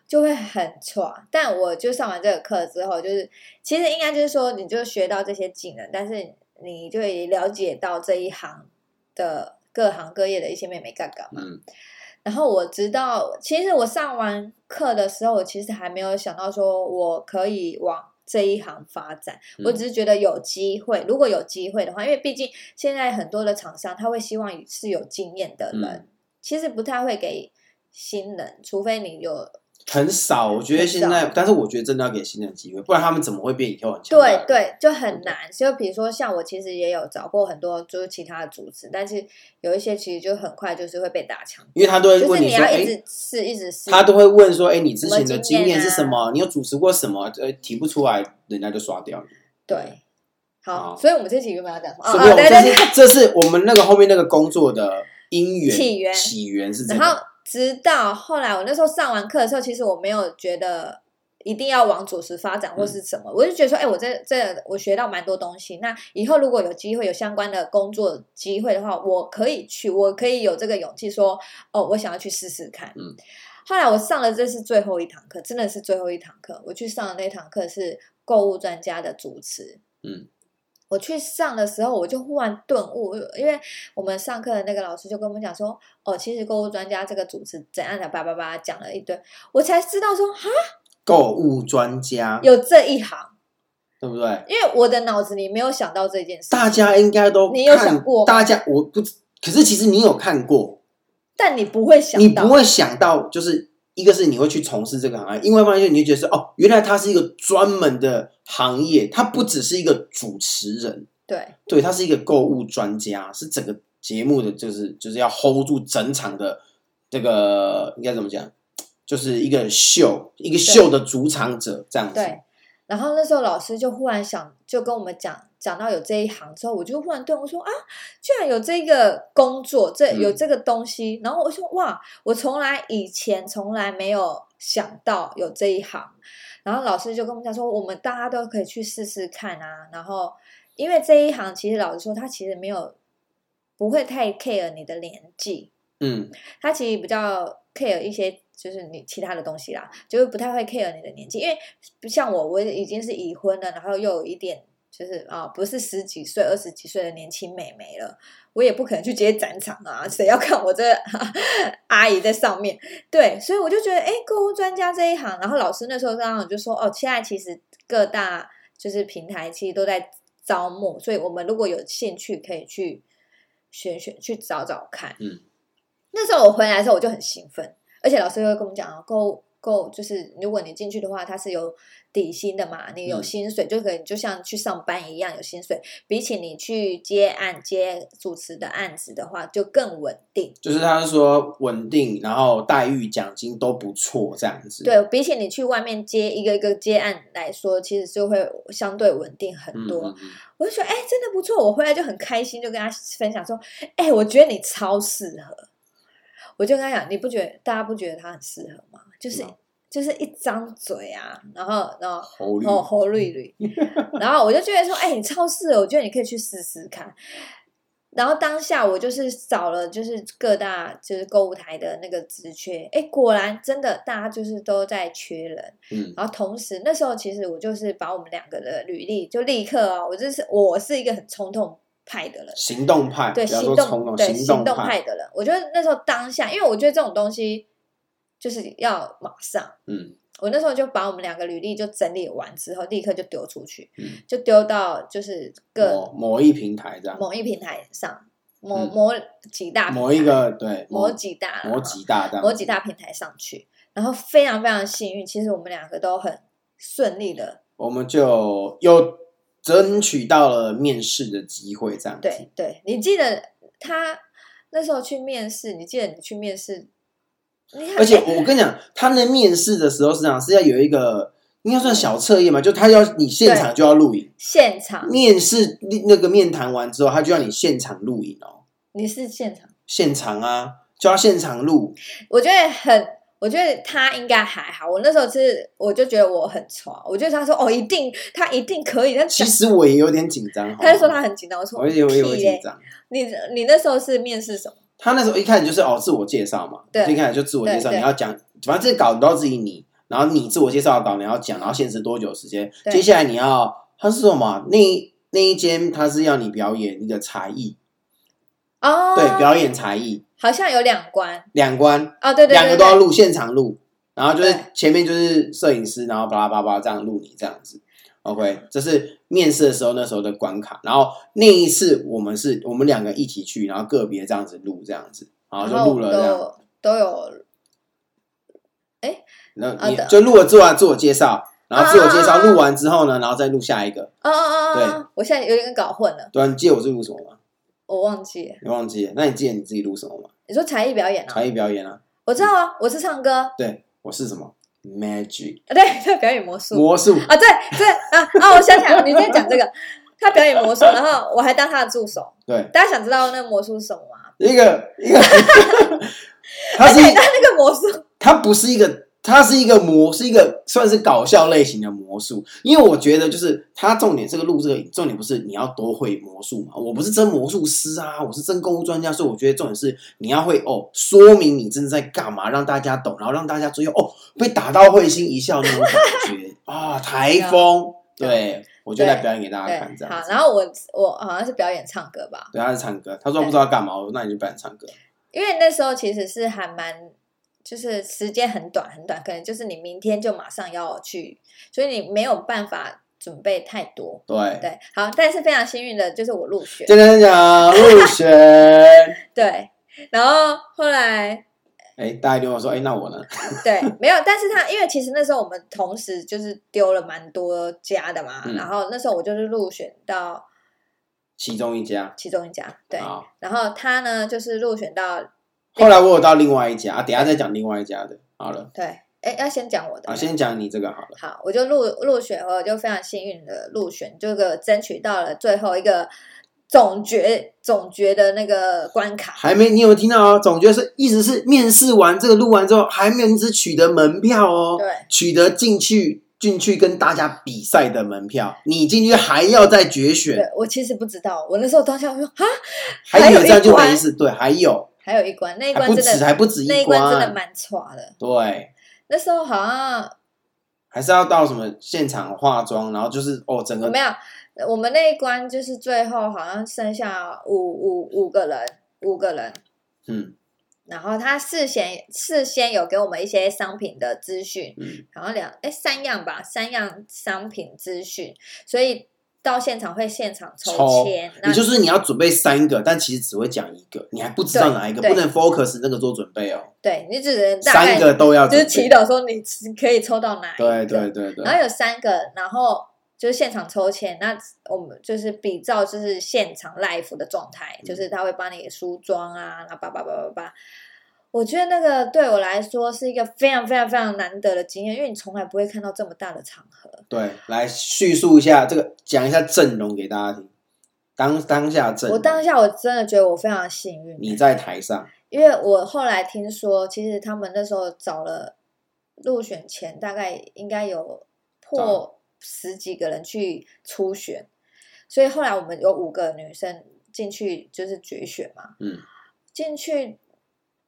[SPEAKER 3] 就会很挫。但我就上完这个课之后，就是其实应该就是说，你就学到这些技能，但是你就也了解到这一行的各行各业的一些妹妹嘎嘎嘛。
[SPEAKER 2] 嗯，
[SPEAKER 3] 然后我直到其实我上完课的时候，我其实还没有想到说我可以往。这一行发展，
[SPEAKER 2] 嗯
[SPEAKER 3] 我只是觉得有机会。如果有机会的话，因为毕竟现在很多的厂商，他会希望是有经验的人，
[SPEAKER 2] 嗯
[SPEAKER 3] 其实不太会给新人，除非你有
[SPEAKER 2] 很少，我觉得现
[SPEAKER 3] 很
[SPEAKER 2] 在
[SPEAKER 3] 少，
[SPEAKER 2] 但是我觉得真的要给新人机会，不然他们怎么会变以后很强大
[SPEAKER 3] 对
[SPEAKER 2] 的？
[SPEAKER 3] 对，就很难。就比如说像我，其实也有找过很多就是其他的组织，但是有一些其实就很快就是会被打枪，
[SPEAKER 2] 因为他都会
[SPEAKER 3] 就
[SPEAKER 2] 问
[SPEAKER 3] 是
[SPEAKER 2] 你说，
[SPEAKER 3] 要一
[SPEAKER 2] 哎，
[SPEAKER 3] 直试，一直试。
[SPEAKER 2] 他都会问说，哎，你之前的
[SPEAKER 3] 什么经
[SPEAKER 2] 经
[SPEAKER 3] 验
[SPEAKER 2] 验
[SPEAKER 3] 啊
[SPEAKER 2] 是什么？你有主持过什么？呃，提不出来，人家就刷掉你。
[SPEAKER 3] 对。好，
[SPEAKER 2] 哦
[SPEAKER 3] 所以我们这期原本要讲什么？哦
[SPEAKER 2] 所
[SPEAKER 3] 哦，
[SPEAKER 2] 以，这
[SPEAKER 3] 对对对。
[SPEAKER 2] 是这是我们那个后面那个工作的因缘
[SPEAKER 3] 起源
[SPEAKER 2] 起源是这
[SPEAKER 3] 然后
[SPEAKER 2] 个。
[SPEAKER 3] 直到后来，我那时候上完课的时候，其实我没有觉得一定要往主持发展
[SPEAKER 2] 嗯
[SPEAKER 3] 或是什么，我就觉得说，哎、我这这我学到蛮多东西。那以后如果有机会有相关的工作机会的话，我可以去，我可以有这个勇气说，哦，我想要去试试看。
[SPEAKER 2] 嗯。
[SPEAKER 3] 后来我上了这是最后一堂课，真的是最后一堂课。我去上的那堂课是购物专家的主持。
[SPEAKER 2] 嗯。
[SPEAKER 3] 我去上的时候，我就忽然顿悟，因为我们上课的那个老师就跟我们讲说，哦，其实购物专家这个组织怎样的叭叭叭讲了一堆，我才知道说哈
[SPEAKER 2] 购物专家，
[SPEAKER 3] 有这一行，
[SPEAKER 2] 对不对？
[SPEAKER 3] 因为我的脑子里没有想到这件事。
[SPEAKER 2] 大，家应该都
[SPEAKER 3] 你有
[SPEAKER 2] 看
[SPEAKER 3] 想过吗
[SPEAKER 2] 大家我不，可是其实你有看过，
[SPEAKER 3] 但你不会想到，
[SPEAKER 2] 你不会想到，就是一个是你会去从事这个行业，另外一方面就是你就觉得说，哦，原来它是一个专门的行业，它不只是一个主持人，
[SPEAKER 3] 对
[SPEAKER 2] 对，它是一个购物专家，是整个节目的就是就是要 hold 住整场的这个应该怎么讲，就是一个秀，一个秀的主场者这样子。
[SPEAKER 3] 对。然后那时候老师就忽然想，就跟我们讲讲到有这一行之后，我就忽然顿悟说啊，居然有这个工作，这
[SPEAKER 2] 嗯
[SPEAKER 3] 有这个东西。然后我说哇，我从来以前从来没有想到有这一行。然后老师就跟我们讲说，我们大家都可以去试试看啊。然后因为这一行其实老实说，它其实没有不会太 care 你的年纪，
[SPEAKER 2] 嗯，
[SPEAKER 3] 他其实比较 care 一些就是你其他的东西啦，就是不太会 care 你的年纪，因为不像我，我已经是已婚了，然后又有一点就是啊，不是十几岁、二十几岁的年轻美眉了，我也不可能去接展场啊，谁要看我这 <laughs> 阿姨在上面？对，所以我就觉得，哎，购物专家这一行，然后老师那时候刚好就说，哦，现在其实各大就是平台其实都在招募，所以我们如果有兴趣，可以去选选去找找看。
[SPEAKER 2] 嗯，
[SPEAKER 3] 那时候我回来的时候我就很兴奋，而且老师又会跟我们讲啊，购购就是如果你进去的话，它是有底薪的嘛，你有
[SPEAKER 2] 嗯
[SPEAKER 3] 薪水，就可以就像去上班一样有薪水，比起你去接案接主持的案子的话，就更稳定。
[SPEAKER 2] 就是他是说稳定，然后待遇、奖金都不错这样子。
[SPEAKER 3] 对比起你去外面接一个一个接案来说，其实就会相对稳定很
[SPEAKER 2] 嗯，
[SPEAKER 3] 多。
[SPEAKER 2] 嗯嗯
[SPEAKER 3] 我就觉得哎、真的不错，我回来就很开心，就跟他分享说，哎、我觉得你超适合。我就跟他讲，你不觉得大家不觉得他很适合吗？就是、
[SPEAKER 2] 嗯
[SPEAKER 3] 就是一张嘴啊，然后然后。
[SPEAKER 2] 侯绿
[SPEAKER 3] 哦，侯绿绿，然后我就觉得说，哎、你超适合，我觉得你可以去试试看。然后当下我就是找了，就是各大就是购物台的那个职缺，哎，果然真的大家就是都在缺人，
[SPEAKER 2] 嗯，
[SPEAKER 3] 然后同时那时候其实我就是把我们两个的履历就立刻哦，我就是我是一个很冲动派的人，
[SPEAKER 2] 行动派，
[SPEAKER 3] 对
[SPEAKER 2] 不要
[SPEAKER 3] 行
[SPEAKER 2] 啊说冲
[SPEAKER 3] 动
[SPEAKER 2] 动，
[SPEAKER 3] 对
[SPEAKER 2] 动
[SPEAKER 3] 动派，的人，我觉得那时候当下，因为我觉得这种东西就是要马上。
[SPEAKER 2] 嗯
[SPEAKER 3] 我那时候就把我们两个履历就整理完之后，立刻就丢出去，
[SPEAKER 2] 嗯，
[SPEAKER 3] 就丢到就是各
[SPEAKER 2] 某某一平台这样，
[SPEAKER 3] 某一平台上，某
[SPEAKER 2] 嗯
[SPEAKER 3] 某几大平
[SPEAKER 2] 某一
[SPEAKER 3] 台
[SPEAKER 2] 个对
[SPEAKER 3] 某几大啦
[SPEAKER 2] 某几大这样，
[SPEAKER 3] 某几大平台上去，然后非常非常幸运，其实我们两个都很顺利的
[SPEAKER 2] 我们就又争取到了面试的机会，这样子。
[SPEAKER 3] 对对，你记得他那时候去面试，你记得你去面试，你看
[SPEAKER 2] 而且
[SPEAKER 3] 哎
[SPEAKER 2] 我跟你讲，他们面试的时候是这样，是要有一个应该算小测验嘛，就他要你现场就要录影，
[SPEAKER 3] 现场
[SPEAKER 2] 面试那个面谈完之后，他就要你现场录影哦，
[SPEAKER 3] 你是现场，
[SPEAKER 2] 现场啊，就要现场录，
[SPEAKER 3] 我觉得很。我觉得他应该还好，我那时候是我就觉得我很丑，我就跟他说哦，一定他一定可以，但
[SPEAKER 2] 其实我也有点紧张，
[SPEAKER 3] 他就说
[SPEAKER 2] 好
[SPEAKER 3] 他
[SPEAKER 2] 吗
[SPEAKER 3] 很紧张，我说
[SPEAKER 2] 我也我也有
[SPEAKER 3] 屁
[SPEAKER 2] 紧
[SPEAKER 3] 嘞，
[SPEAKER 2] 张。
[SPEAKER 3] 你你那时候是面试什么？
[SPEAKER 2] 他那时候一开始就是哦自我介绍嘛，
[SPEAKER 3] 对
[SPEAKER 2] 一开始就自我介绍，
[SPEAKER 3] 对对
[SPEAKER 2] 你要讲，反正这个稿你都要自己拟，然后你自我介绍的稿你要讲，然后限时多久时间，
[SPEAKER 3] 对
[SPEAKER 2] 接下来你要他是什么那一那一间他是要你表演你的才艺，
[SPEAKER 3] 哦，
[SPEAKER 2] 对，表演才艺
[SPEAKER 3] 好像有两关
[SPEAKER 2] 两关，
[SPEAKER 3] 哦，对对
[SPEAKER 2] 两个
[SPEAKER 3] 对
[SPEAKER 2] 都要
[SPEAKER 3] 对，
[SPEAKER 2] 录，现场录，然后就是
[SPEAKER 3] 对
[SPEAKER 2] 前面就是摄影师，然后巴拉巴拉巴拉这样录你这样子。OK，这是面试的时候那时候的关卡，然后那一次我们是我们两个一起去，然后个别这样子录这样子，然后
[SPEAKER 3] 然
[SPEAKER 2] 就
[SPEAKER 3] 后
[SPEAKER 2] 录了这样。
[SPEAKER 3] 都都有
[SPEAKER 2] 那
[SPEAKER 3] 啊
[SPEAKER 2] 你
[SPEAKER 3] 对
[SPEAKER 2] 就录了做完自我介绍，然后自我介
[SPEAKER 3] 啊
[SPEAKER 2] 绍
[SPEAKER 3] 啊啊
[SPEAKER 2] 录完之后呢，然后再录下一个。
[SPEAKER 3] 哦哦哦
[SPEAKER 2] 对
[SPEAKER 3] 哦，我现在有点搞混了，
[SPEAKER 2] 对啊，你记得我是录什么吗？
[SPEAKER 3] 我忘记了。
[SPEAKER 2] 你忘记了？那你记得你自己录什么吗？
[SPEAKER 3] 你说才艺表演啊
[SPEAKER 2] 才？艺表演啊？
[SPEAKER 3] 我知道啊，我是唱歌，啊
[SPEAKER 2] 对，我是什么？Magic
[SPEAKER 3] 对， <laughs> 他表演魔术
[SPEAKER 2] 魔术。
[SPEAKER 3] 啊，对对啊啊！我想起来了，你在讲这
[SPEAKER 2] <laughs>
[SPEAKER 3] 个，他表演魔术，然后我还当他的助手。
[SPEAKER 2] 对，
[SPEAKER 3] 大家想知道那个魔术是什么吗？
[SPEAKER 2] 一个一个， <laughs> 它
[SPEAKER 3] 而
[SPEAKER 2] 是
[SPEAKER 3] 且
[SPEAKER 2] 一
[SPEAKER 3] 他哎那个魔术，
[SPEAKER 2] 它不是一个，它是一个魔，是一个算是搞笑类型的魔术。因为我觉得就是它重点这个录这个影，重点不是你要多会魔术嘛，我不是真魔术师啊，我是真购物专家，所以我觉得重点是你要会哦，说明你真的在干嘛，让大家懂，然后让大家最后哦被打到会心一笑那种感 <laughs> 觉啊，台风，对我就来表演给大家
[SPEAKER 3] 对
[SPEAKER 2] 看这，样
[SPEAKER 3] 好，
[SPEAKER 2] 子。
[SPEAKER 3] 然后我我好像是表演唱歌吧，
[SPEAKER 2] 对，他是唱歌，他说他不知道干嘛，我说那你就表演唱歌。
[SPEAKER 3] 因为那时候其实是还蛮，就是时间很短很短，可能就是你明天就马上要去，所以你没有办法准备太多。
[SPEAKER 2] 对，
[SPEAKER 3] 对，好，但是非常幸运的就是我入选，
[SPEAKER 2] 简单讲入选，
[SPEAKER 3] 对，然后后来
[SPEAKER 2] 哎，大家一定会说，哎，那我呢？
[SPEAKER 3] 对，没有，但是他因为其实那时候我们同时就是丢了蛮多家的嘛，
[SPEAKER 2] 嗯
[SPEAKER 3] 然后那时候我就是入选到
[SPEAKER 2] 其中一家。
[SPEAKER 3] 其中一家，对，
[SPEAKER 2] 好，
[SPEAKER 3] 然后他呢就是入选到
[SPEAKER 2] 后来我有到另外一家，啊、等一下再讲另外一家的。好了，
[SPEAKER 3] 对，哎，要先讲我的
[SPEAKER 2] 啊，
[SPEAKER 3] 吗，
[SPEAKER 2] 先讲你这个好了。
[SPEAKER 3] 好，我就入入选后就非常幸运的入选，这个争取到了最后一个总决总决的那个关卡，
[SPEAKER 2] 还没，你有听到哦？总觉得是意思是面试完这个录完之后，还没有你只取得门票哦，
[SPEAKER 3] 对，
[SPEAKER 2] 取得进去进去跟大家比赛的门票，你进去还要再决选，
[SPEAKER 3] 对我其实不知道，我那时候当下我说啊，
[SPEAKER 2] 还
[SPEAKER 3] 有
[SPEAKER 2] 有
[SPEAKER 3] 一
[SPEAKER 2] 这样就
[SPEAKER 3] 关
[SPEAKER 2] 玩一次，对，还有
[SPEAKER 3] 还有一关，那一
[SPEAKER 2] 还
[SPEAKER 3] 关
[SPEAKER 2] 不
[SPEAKER 3] 真
[SPEAKER 2] 止，
[SPEAKER 3] 的
[SPEAKER 2] 还不止
[SPEAKER 3] 那
[SPEAKER 2] 一
[SPEAKER 3] 一关真的
[SPEAKER 2] 关，
[SPEAKER 3] 蛮垮的。
[SPEAKER 2] 对，
[SPEAKER 3] 那时候好像
[SPEAKER 2] 还是要到什么现场化妆，然后就是哦，整个
[SPEAKER 3] 没有，我们那一关就是最后好像剩下五五五个人，五个人。
[SPEAKER 2] 嗯
[SPEAKER 3] 然后他事先事先有给我们一些商品的资讯，
[SPEAKER 2] 嗯
[SPEAKER 3] 然后两哎三样吧，三样商品资讯，所以到现场会现场
[SPEAKER 2] 抽
[SPEAKER 3] 抽签，那
[SPEAKER 2] 也就是你要准备三个，但其实只会讲一个，你还不知道
[SPEAKER 3] 对
[SPEAKER 2] 哪一个，
[SPEAKER 3] 对
[SPEAKER 2] 不能 focus 那个做准备哦，
[SPEAKER 3] 对你只能大概
[SPEAKER 2] 三个都要
[SPEAKER 3] 就
[SPEAKER 2] 准
[SPEAKER 3] 是
[SPEAKER 2] 备。
[SPEAKER 3] 祈祷说你可以抽到哪一
[SPEAKER 2] 对
[SPEAKER 3] 个，
[SPEAKER 2] 对对对，
[SPEAKER 3] 然后有三个，然后就是现场抽签，那我们就是比照就是现场 l i f e 的状态，
[SPEAKER 2] 嗯
[SPEAKER 3] 就是他会帮你梳妆啊，然后叭叭叭叭叭。我觉得那个对我来说是一个非常非常非常难得的经验，因为你从来不会看到这么大的场合。
[SPEAKER 2] 对，来叙述一下这个，讲一下阵容给大家听。当当下阵容，
[SPEAKER 3] 我当下我真的觉得我非常幸运，
[SPEAKER 2] 你在台上，
[SPEAKER 3] 因为我后来听说，其实他们那时候找了入选前大概应该有破十几个人去初选，所以后来我们有五个女生进去就是决选嘛，
[SPEAKER 2] 嗯，
[SPEAKER 3] 进去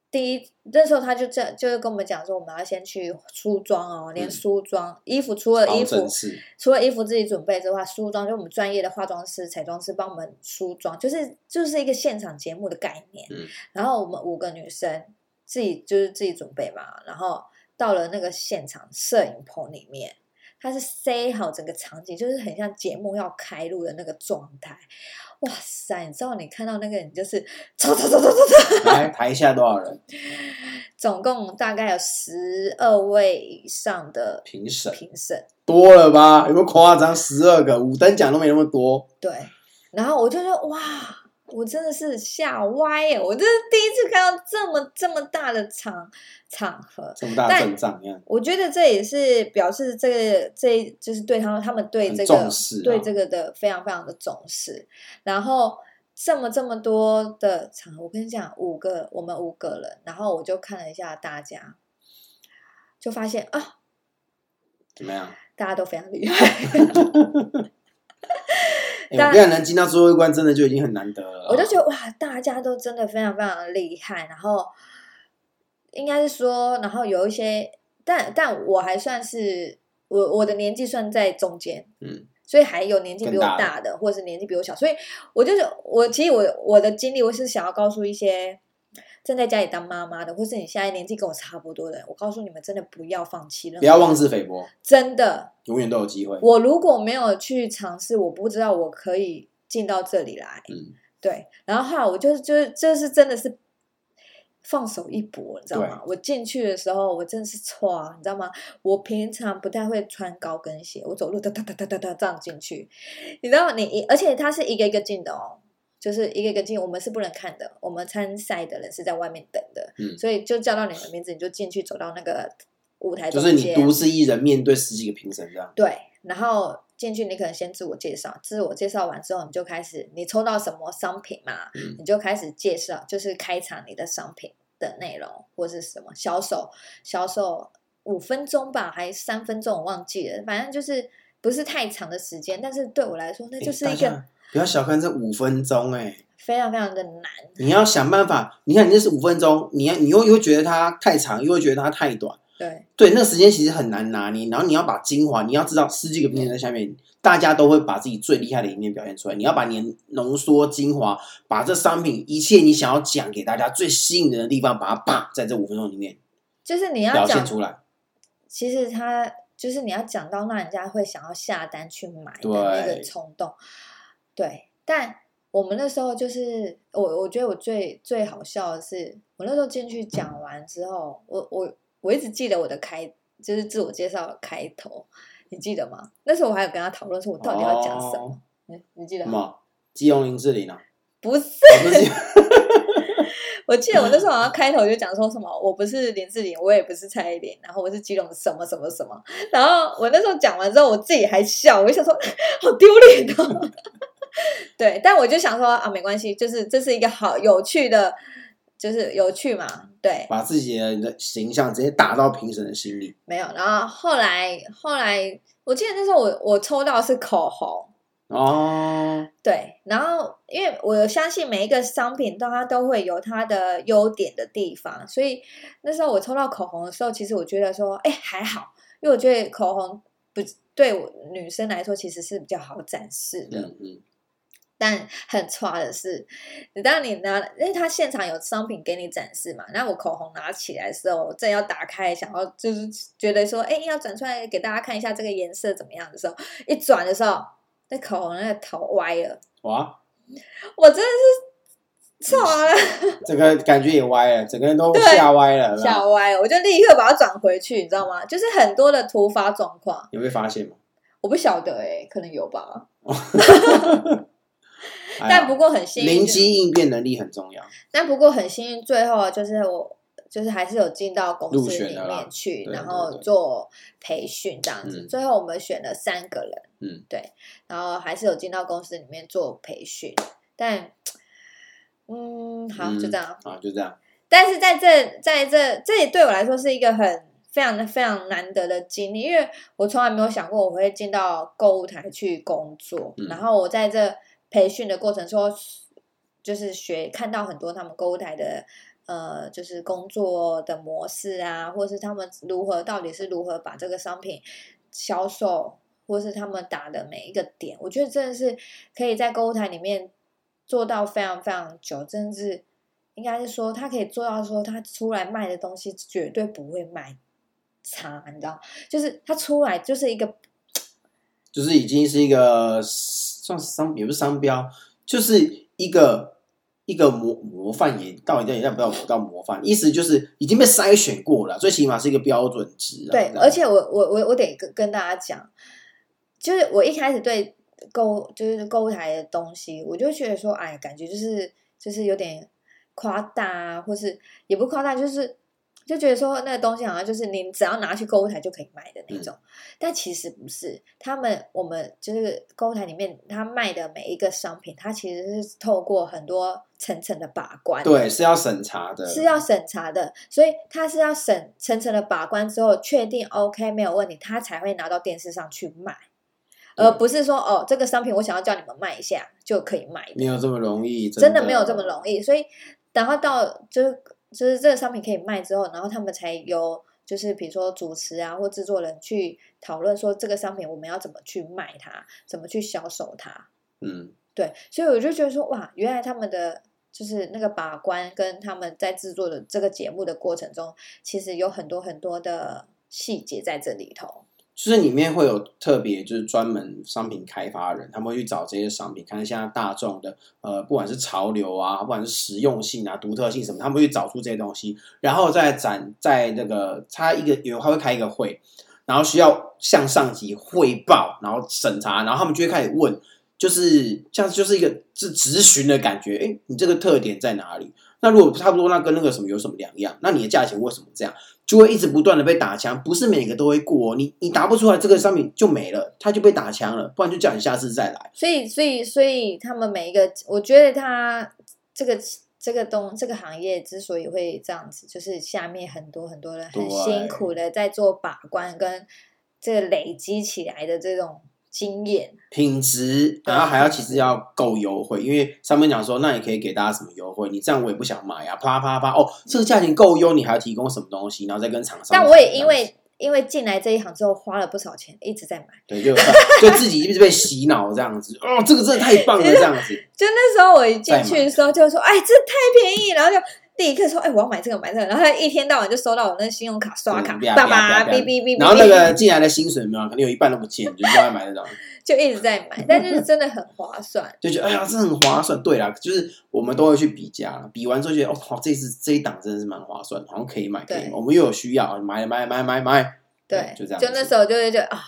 [SPEAKER 3] 第一那时候他就这就是跟我们讲说，我们要先去梳妆哦，连
[SPEAKER 2] 嗯
[SPEAKER 3] 梳妆、衣服除了
[SPEAKER 2] 超
[SPEAKER 3] 衣服
[SPEAKER 2] 正式，
[SPEAKER 3] 除了衣服自己准备之外，梳妆就我们专业的化妆师、彩妆师帮我们梳妆，就是就是一个现场节目的概念。
[SPEAKER 2] 嗯
[SPEAKER 3] 然后我们五个女生自己就是自己准备嘛，然后到了那个现场摄影棚里面，它是塞好整个场景，就是很像节目要开录的那个状态。哇塞！你知道你看到那个，你就是走走走走走走，
[SPEAKER 2] 来台下多少人？
[SPEAKER 3] 总共大概有十二位以上的
[SPEAKER 2] 评审
[SPEAKER 3] 评审。
[SPEAKER 2] 多了吧？有没有夸张？十二个五等奖都没那么多，
[SPEAKER 3] 对，然后我就说哇，我真的是吓歪耶！我这是第一次看到这么这么大的场场合，
[SPEAKER 2] 这么大
[SPEAKER 3] 但
[SPEAKER 2] 阵仗一样。
[SPEAKER 3] 我觉得这也是表示这个这就是对他们他们对
[SPEAKER 2] 很
[SPEAKER 3] 这个、
[SPEAKER 2] 重视啊
[SPEAKER 3] 对这个的非常非常的重视。然后这么这么多的场合，我跟你讲，五个我们五个人，然后我就看了一下大家，就发现啊，
[SPEAKER 2] 怎么样？
[SPEAKER 3] 大家都非常厉害，
[SPEAKER 2] 哎、
[SPEAKER 3] 但
[SPEAKER 2] 我跟你讲，能进到最后一关，真的就已经很难得了。
[SPEAKER 3] 我就觉得哇，大家都真的非常非常的厉害，然后应该是说，然后有一些，但但我还算是我我的年纪算在中间，
[SPEAKER 2] 嗯，
[SPEAKER 3] 所以还有年纪比
[SPEAKER 2] 更
[SPEAKER 3] 我
[SPEAKER 2] 大的
[SPEAKER 3] 大的，或者是年纪比我小，所以我就是我，其实我我的经历，我是想要告诉一些正在家里当妈妈的，或是你现在年纪跟我差不多的，我告诉你们，真的不要放弃任何，
[SPEAKER 2] 不要妄自菲薄，
[SPEAKER 3] 真的，
[SPEAKER 2] 永远都有机会。
[SPEAKER 3] 我如果没有去尝试，我不知道我可以进到这里来。
[SPEAKER 2] 嗯，
[SPEAKER 3] 对，然后后来我就是就是就是真的是放手一搏，你知道
[SPEAKER 2] 对
[SPEAKER 3] 吗？我进去的时候，我真的是歘，你知道吗？我平常不太会穿高跟鞋，我走路哒哒哒哒哒哒这样进去，你知道你一而且它是一个一个进的哦。就是一个一个进，我们是不能看的，我们参赛的人是在外面等的，
[SPEAKER 2] 嗯
[SPEAKER 3] 所以就叫到你的名字，你就进去走到那个舞台
[SPEAKER 2] 就
[SPEAKER 3] 中
[SPEAKER 2] 是
[SPEAKER 3] 间，
[SPEAKER 2] 你独自一人面对十几个评审这样。
[SPEAKER 3] 对，然后进去你可能先自我介绍，自我介绍完之后，你就开始你抽到什么商品嘛，
[SPEAKER 2] 嗯
[SPEAKER 3] 你就开始介绍，就是开场你的商品的内容或是什么销售，销售五分钟吧，还三分钟我忘记了，反正就是不是太长的时间，但是对我来说那
[SPEAKER 2] 哎
[SPEAKER 3] 就是
[SPEAKER 2] 大
[SPEAKER 3] 一个
[SPEAKER 2] 家不要小看这五分钟哎、
[SPEAKER 3] 非常非常的难。
[SPEAKER 2] 你要想办法。你看，你那是五分钟，你要你又又会觉得它太长，又会觉得它太短。
[SPEAKER 3] 对
[SPEAKER 2] 对，那个时间其实很难拿捏，然后你要把精华，你要知道十几个评审在下面，大家都会把自己最厉害的一面表现出来。你要把你的浓缩精华，把这商品一切你想要讲给大家最吸引人的地方，把它啪在这五分钟里面
[SPEAKER 3] 就是你要
[SPEAKER 2] 表
[SPEAKER 3] 讲
[SPEAKER 2] 现，出来。
[SPEAKER 3] 其实他就是你要讲到让人家会想要下单去买的那
[SPEAKER 2] 对
[SPEAKER 3] 个冲动，对。但我们那时候就是我，我觉得我最最好笑的是，我那时候进去讲完之后，我我我一直记得我的开就是自我介绍的开头，你记得吗？那时候我还有跟他讨论说我到底要讲什么，
[SPEAKER 2] 哦
[SPEAKER 3] 你你记得
[SPEAKER 2] 什
[SPEAKER 3] 吗？
[SPEAKER 2] 么？基隆林志玲啊？
[SPEAKER 3] 不是，
[SPEAKER 2] 哦不是，
[SPEAKER 3] 我记得我那时候好像开头就讲说什么，我不是林志玲，我也不是蔡依林，然后我是基隆什么什么什么。然后我那时候讲完之后，我自己还笑，我就想说好丢脸哦。 <laughs> 对，但我就想说啊，没关系，就是这是一个好有趣的，就是有趣嘛。对，
[SPEAKER 2] 把自己的形象直接打到评审的心里。
[SPEAKER 3] 没有。然后后来后来，我记得那时候我我抽到是口红，
[SPEAKER 2] 哦，
[SPEAKER 3] 对，然后因为我相信每一个商品都它都会有它的优点的地方，所以那时候我抽到口红的时候，其实我觉得说，哎，还好，因为我觉得口红不对我女生来说其实是比较好展示的。
[SPEAKER 2] 嗯嗯，
[SPEAKER 3] <laughs> 但很差的是，你当你拿，因为他现场有商品给你展示嘛，那我口红拿起来的时候，我正要打开，想要就是觉得说，哎、要转出来给大家看一下这个颜色怎么样的时候，一转的时候，那口红那个头歪了，
[SPEAKER 2] 哇，
[SPEAKER 3] 我真的
[SPEAKER 2] 嗯
[SPEAKER 3] 是错了，
[SPEAKER 2] 这个感觉也歪了，整个人都
[SPEAKER 3] 对
[SPEAKER 2] 吓歪了，
[SPEAKER 3] 吓歪哦了，我就立刻把它转回去，你知道吗？就是很多的突发状况，
[SPEAKER 2] 有没有发现吗？
[SPEAKER 3] 我不晓得哎、可能有吧，
[SPEAKER 2] 哎呀
[SPEAKER 3] 但不过很幸运，
[SPEAKER 2] 灵机应变能力很重要，
[SPEAKER 3] 但不过很幸运，最后就是我就是还是有进到公
[SPEAKER 2] 入
[SPEAKER 3] 司
[SPEAKER 2] 选
[SPEAKER 3] 里
[SPEAKER 2] 的啦
[SPEAKER 3] 面去，
[SPEAKER 2] 对
[SPEAKER 3] 然
[SPEAKER 2] 对
[SPEAKER 3] 后
[SPEAKER 2] 对
[SPEAKER 3] 做培训这样子。
[SPEAKER 2] 嗯
[SPEAKER 3] 最后我们选了三个人，
[SPEAKER 2] 嗯，
[SPEAKER 3] 对，然后还是有进到公司里面做培训，但。嗯，好，就
[SPEAKER 2] 嗯
[SPEAKER 3] 这样。
[SPEAKER 2] 啊，就这样，
[SPEAKER 3] 但是在这，在这，这也对我来说是一个很非常非常难得的经历，因为我从来没有想过我会进到购物台去工作。
[SPEAKER 2] 嗯
[SPEAKER 3] 然后我在这培训的过程中，就是学看到很多他们购物台的呃，就是工作的模式啊，或是他们如何到底是如何把这个商品销售，或是他们打的每一个点，我觉得真的是可以在购物台里面做到非常非常久，甚至应该是说他可以做到说他出来卖的东西绝对不会卖差，你知道，就是他出来就是一个
[SPEAKER 2] 就是已经是一个算是商也不是商标，就是一个一个模模范也到底要不要到模范，意思就是已经被筛选过了，最起码是一个标准值啊。
[SPEAKER 3] 对，
[SPEAKER 2] 这样
[SPEAKER 3] 而且我我我我得跟跟大家讲，就是我一开始对购物就是购物台的东西，我就觉得说，哎，感觉就是就是有点夸大啊，或是也不夸大，就是就觉得说那个东西好像就是你只要拿去购物台就可以买的那种，但其实不是。他们我们就是购物台里面他卖的每一个商品，它其实是透过很多层层的把关，
[SPEAKER 2] 对是要审查的，
[SPEAKER 3] 是要审查的，所以他是要审层层的把关之后，确定 OK 没有问题，他才会拿到电视上去卖，而
[SPEAKER 2] 对
[SPEAKER 3] 不是说哦这个商品我想要叫你们卖一下就可以卖的，
[SPEAKER 2] 没有这么容易，
[SPEAKER 3] 真
[SPEAKER 2] 嗯的
[SPEAKER 3] 的没有这么容易。所以然后到就是就是这个商品可以卖之后，然后他们才有就是比如说主持啊或制作人去讨论说这个商品我们要怎么去卖它，怎么去销售它。
[SPEAKER 2] 易。嗯，
[SPEAKER 3] 对，所以我就觉得说，哇，原来他们的就是那个把关跟他们在制作的这个节目的过程中，其实有很多很多的细节在这里头。
[SPEAKER 2] 就是里面会有特别就是专门商品开发人，他们会去找这些商品，看现在大众的呃，不管是潮流啊，不管是实用性啊、独特性什么，他们会去找出这些东西，然后再展在那个他一个有他会开一个会，然后需要向上级汇报，然后审查，然后他们就会开始问，就是像就是一个是质询的感觉，哎，你这个特点在哪里？那如果差不多，那跟那个什么有什么两样？那你的价钱为什么这样？就会一直不断的被打枪，不是每个都会过、哦，你你答不出来这个商品就没了，它就被打枪了，不然就叫你下次再来。
[SPEAKER 3] 所以，所以，所以他们每一个，我觉得他这个这个东这个行业之所以会这样子，就是下面很多很多人很
[SPEAKER 2] 对
[SPEAKER 3] 辛苦的在做把关跟这个累积起来的这种经验。
[SPEAKER 2] 品质，然后还要其实要够优惠，因为上面讲说，那你可以给大家什么优惠？你这样我也不想买啊，啪啪啪哦，这个价钱够优，你还要提供什么东西？然后再跟厂商。
[SPEAKER 3] 但我也因为因为进来这一行之后花了不少钱，一直在买。
[SPEAKER 2] 对，就就自己一直被洗脑这样子，哦，这个真的太棒了，这样子。
[SPEAKER 3] <laughs> 就那时候我一
[SPEAKER 2] 再
[SPEAKER 3] 进去的时候就说：“哎，这太便宜！”然后就立刻说：“哎，我要买这个，买这个。”然后他一天到晚就收到我那信用卡刷卡，
[SPEAKER 2] 对
[SPEAKER 3] 叭叭
[SPEAKER 2] 啪啪啪啪
[SPEAKER 3] 哔哔哔哔，
[SPEAKER 2] 然后那个进来的薪水有没有，啊可能有一半都不见，就不要买那种。
[SPEAKER 3] 就一直在买，但就是真的很划算。
[SPEAKER 2] 就觉得哎呀，这很划算。对啦，就是我们都会去比价啦，比完之后觉得哦，好，这次这一档真的是蛮划算，好像可以买，可
[SPEAKER 3] 对
[SPEAKER 2] 以买，我们又有需要，买买买买买， <laughs>
[SPEAKER 3] 对，
[SPEAKER 2] 就这样子
[SPEAKER 3] 就那时候就是觉得啊、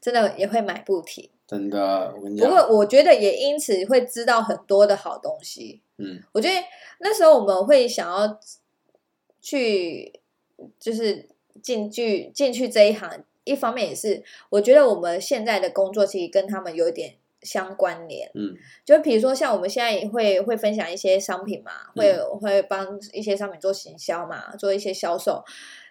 [SPEAKER 3] 真的也会买不停。
[SPEAKER 2] 真的，我跟你
[SPEAKER 3] 不
[SPEAKER 2] 讲，
[SPEAKER 3] 过我觉得也因此会知道很多的好东西。
[SPEAKER 2] 嗯，
[SPEAKER 3] 我觉得那时候我们会想要去，就是进去进去这一行，一方面也是我觉得我们现在的工作其实跟他们有一点相关联。
[SPEAKER 2] 嗯，
[SPEAKER 3] 就比如说像我们现在也会会分
[SPEAKER 2] 嗯
[SPEAKER 3] 享一些商品嘛，会会帮一些商品做行销嘛，做一些销售。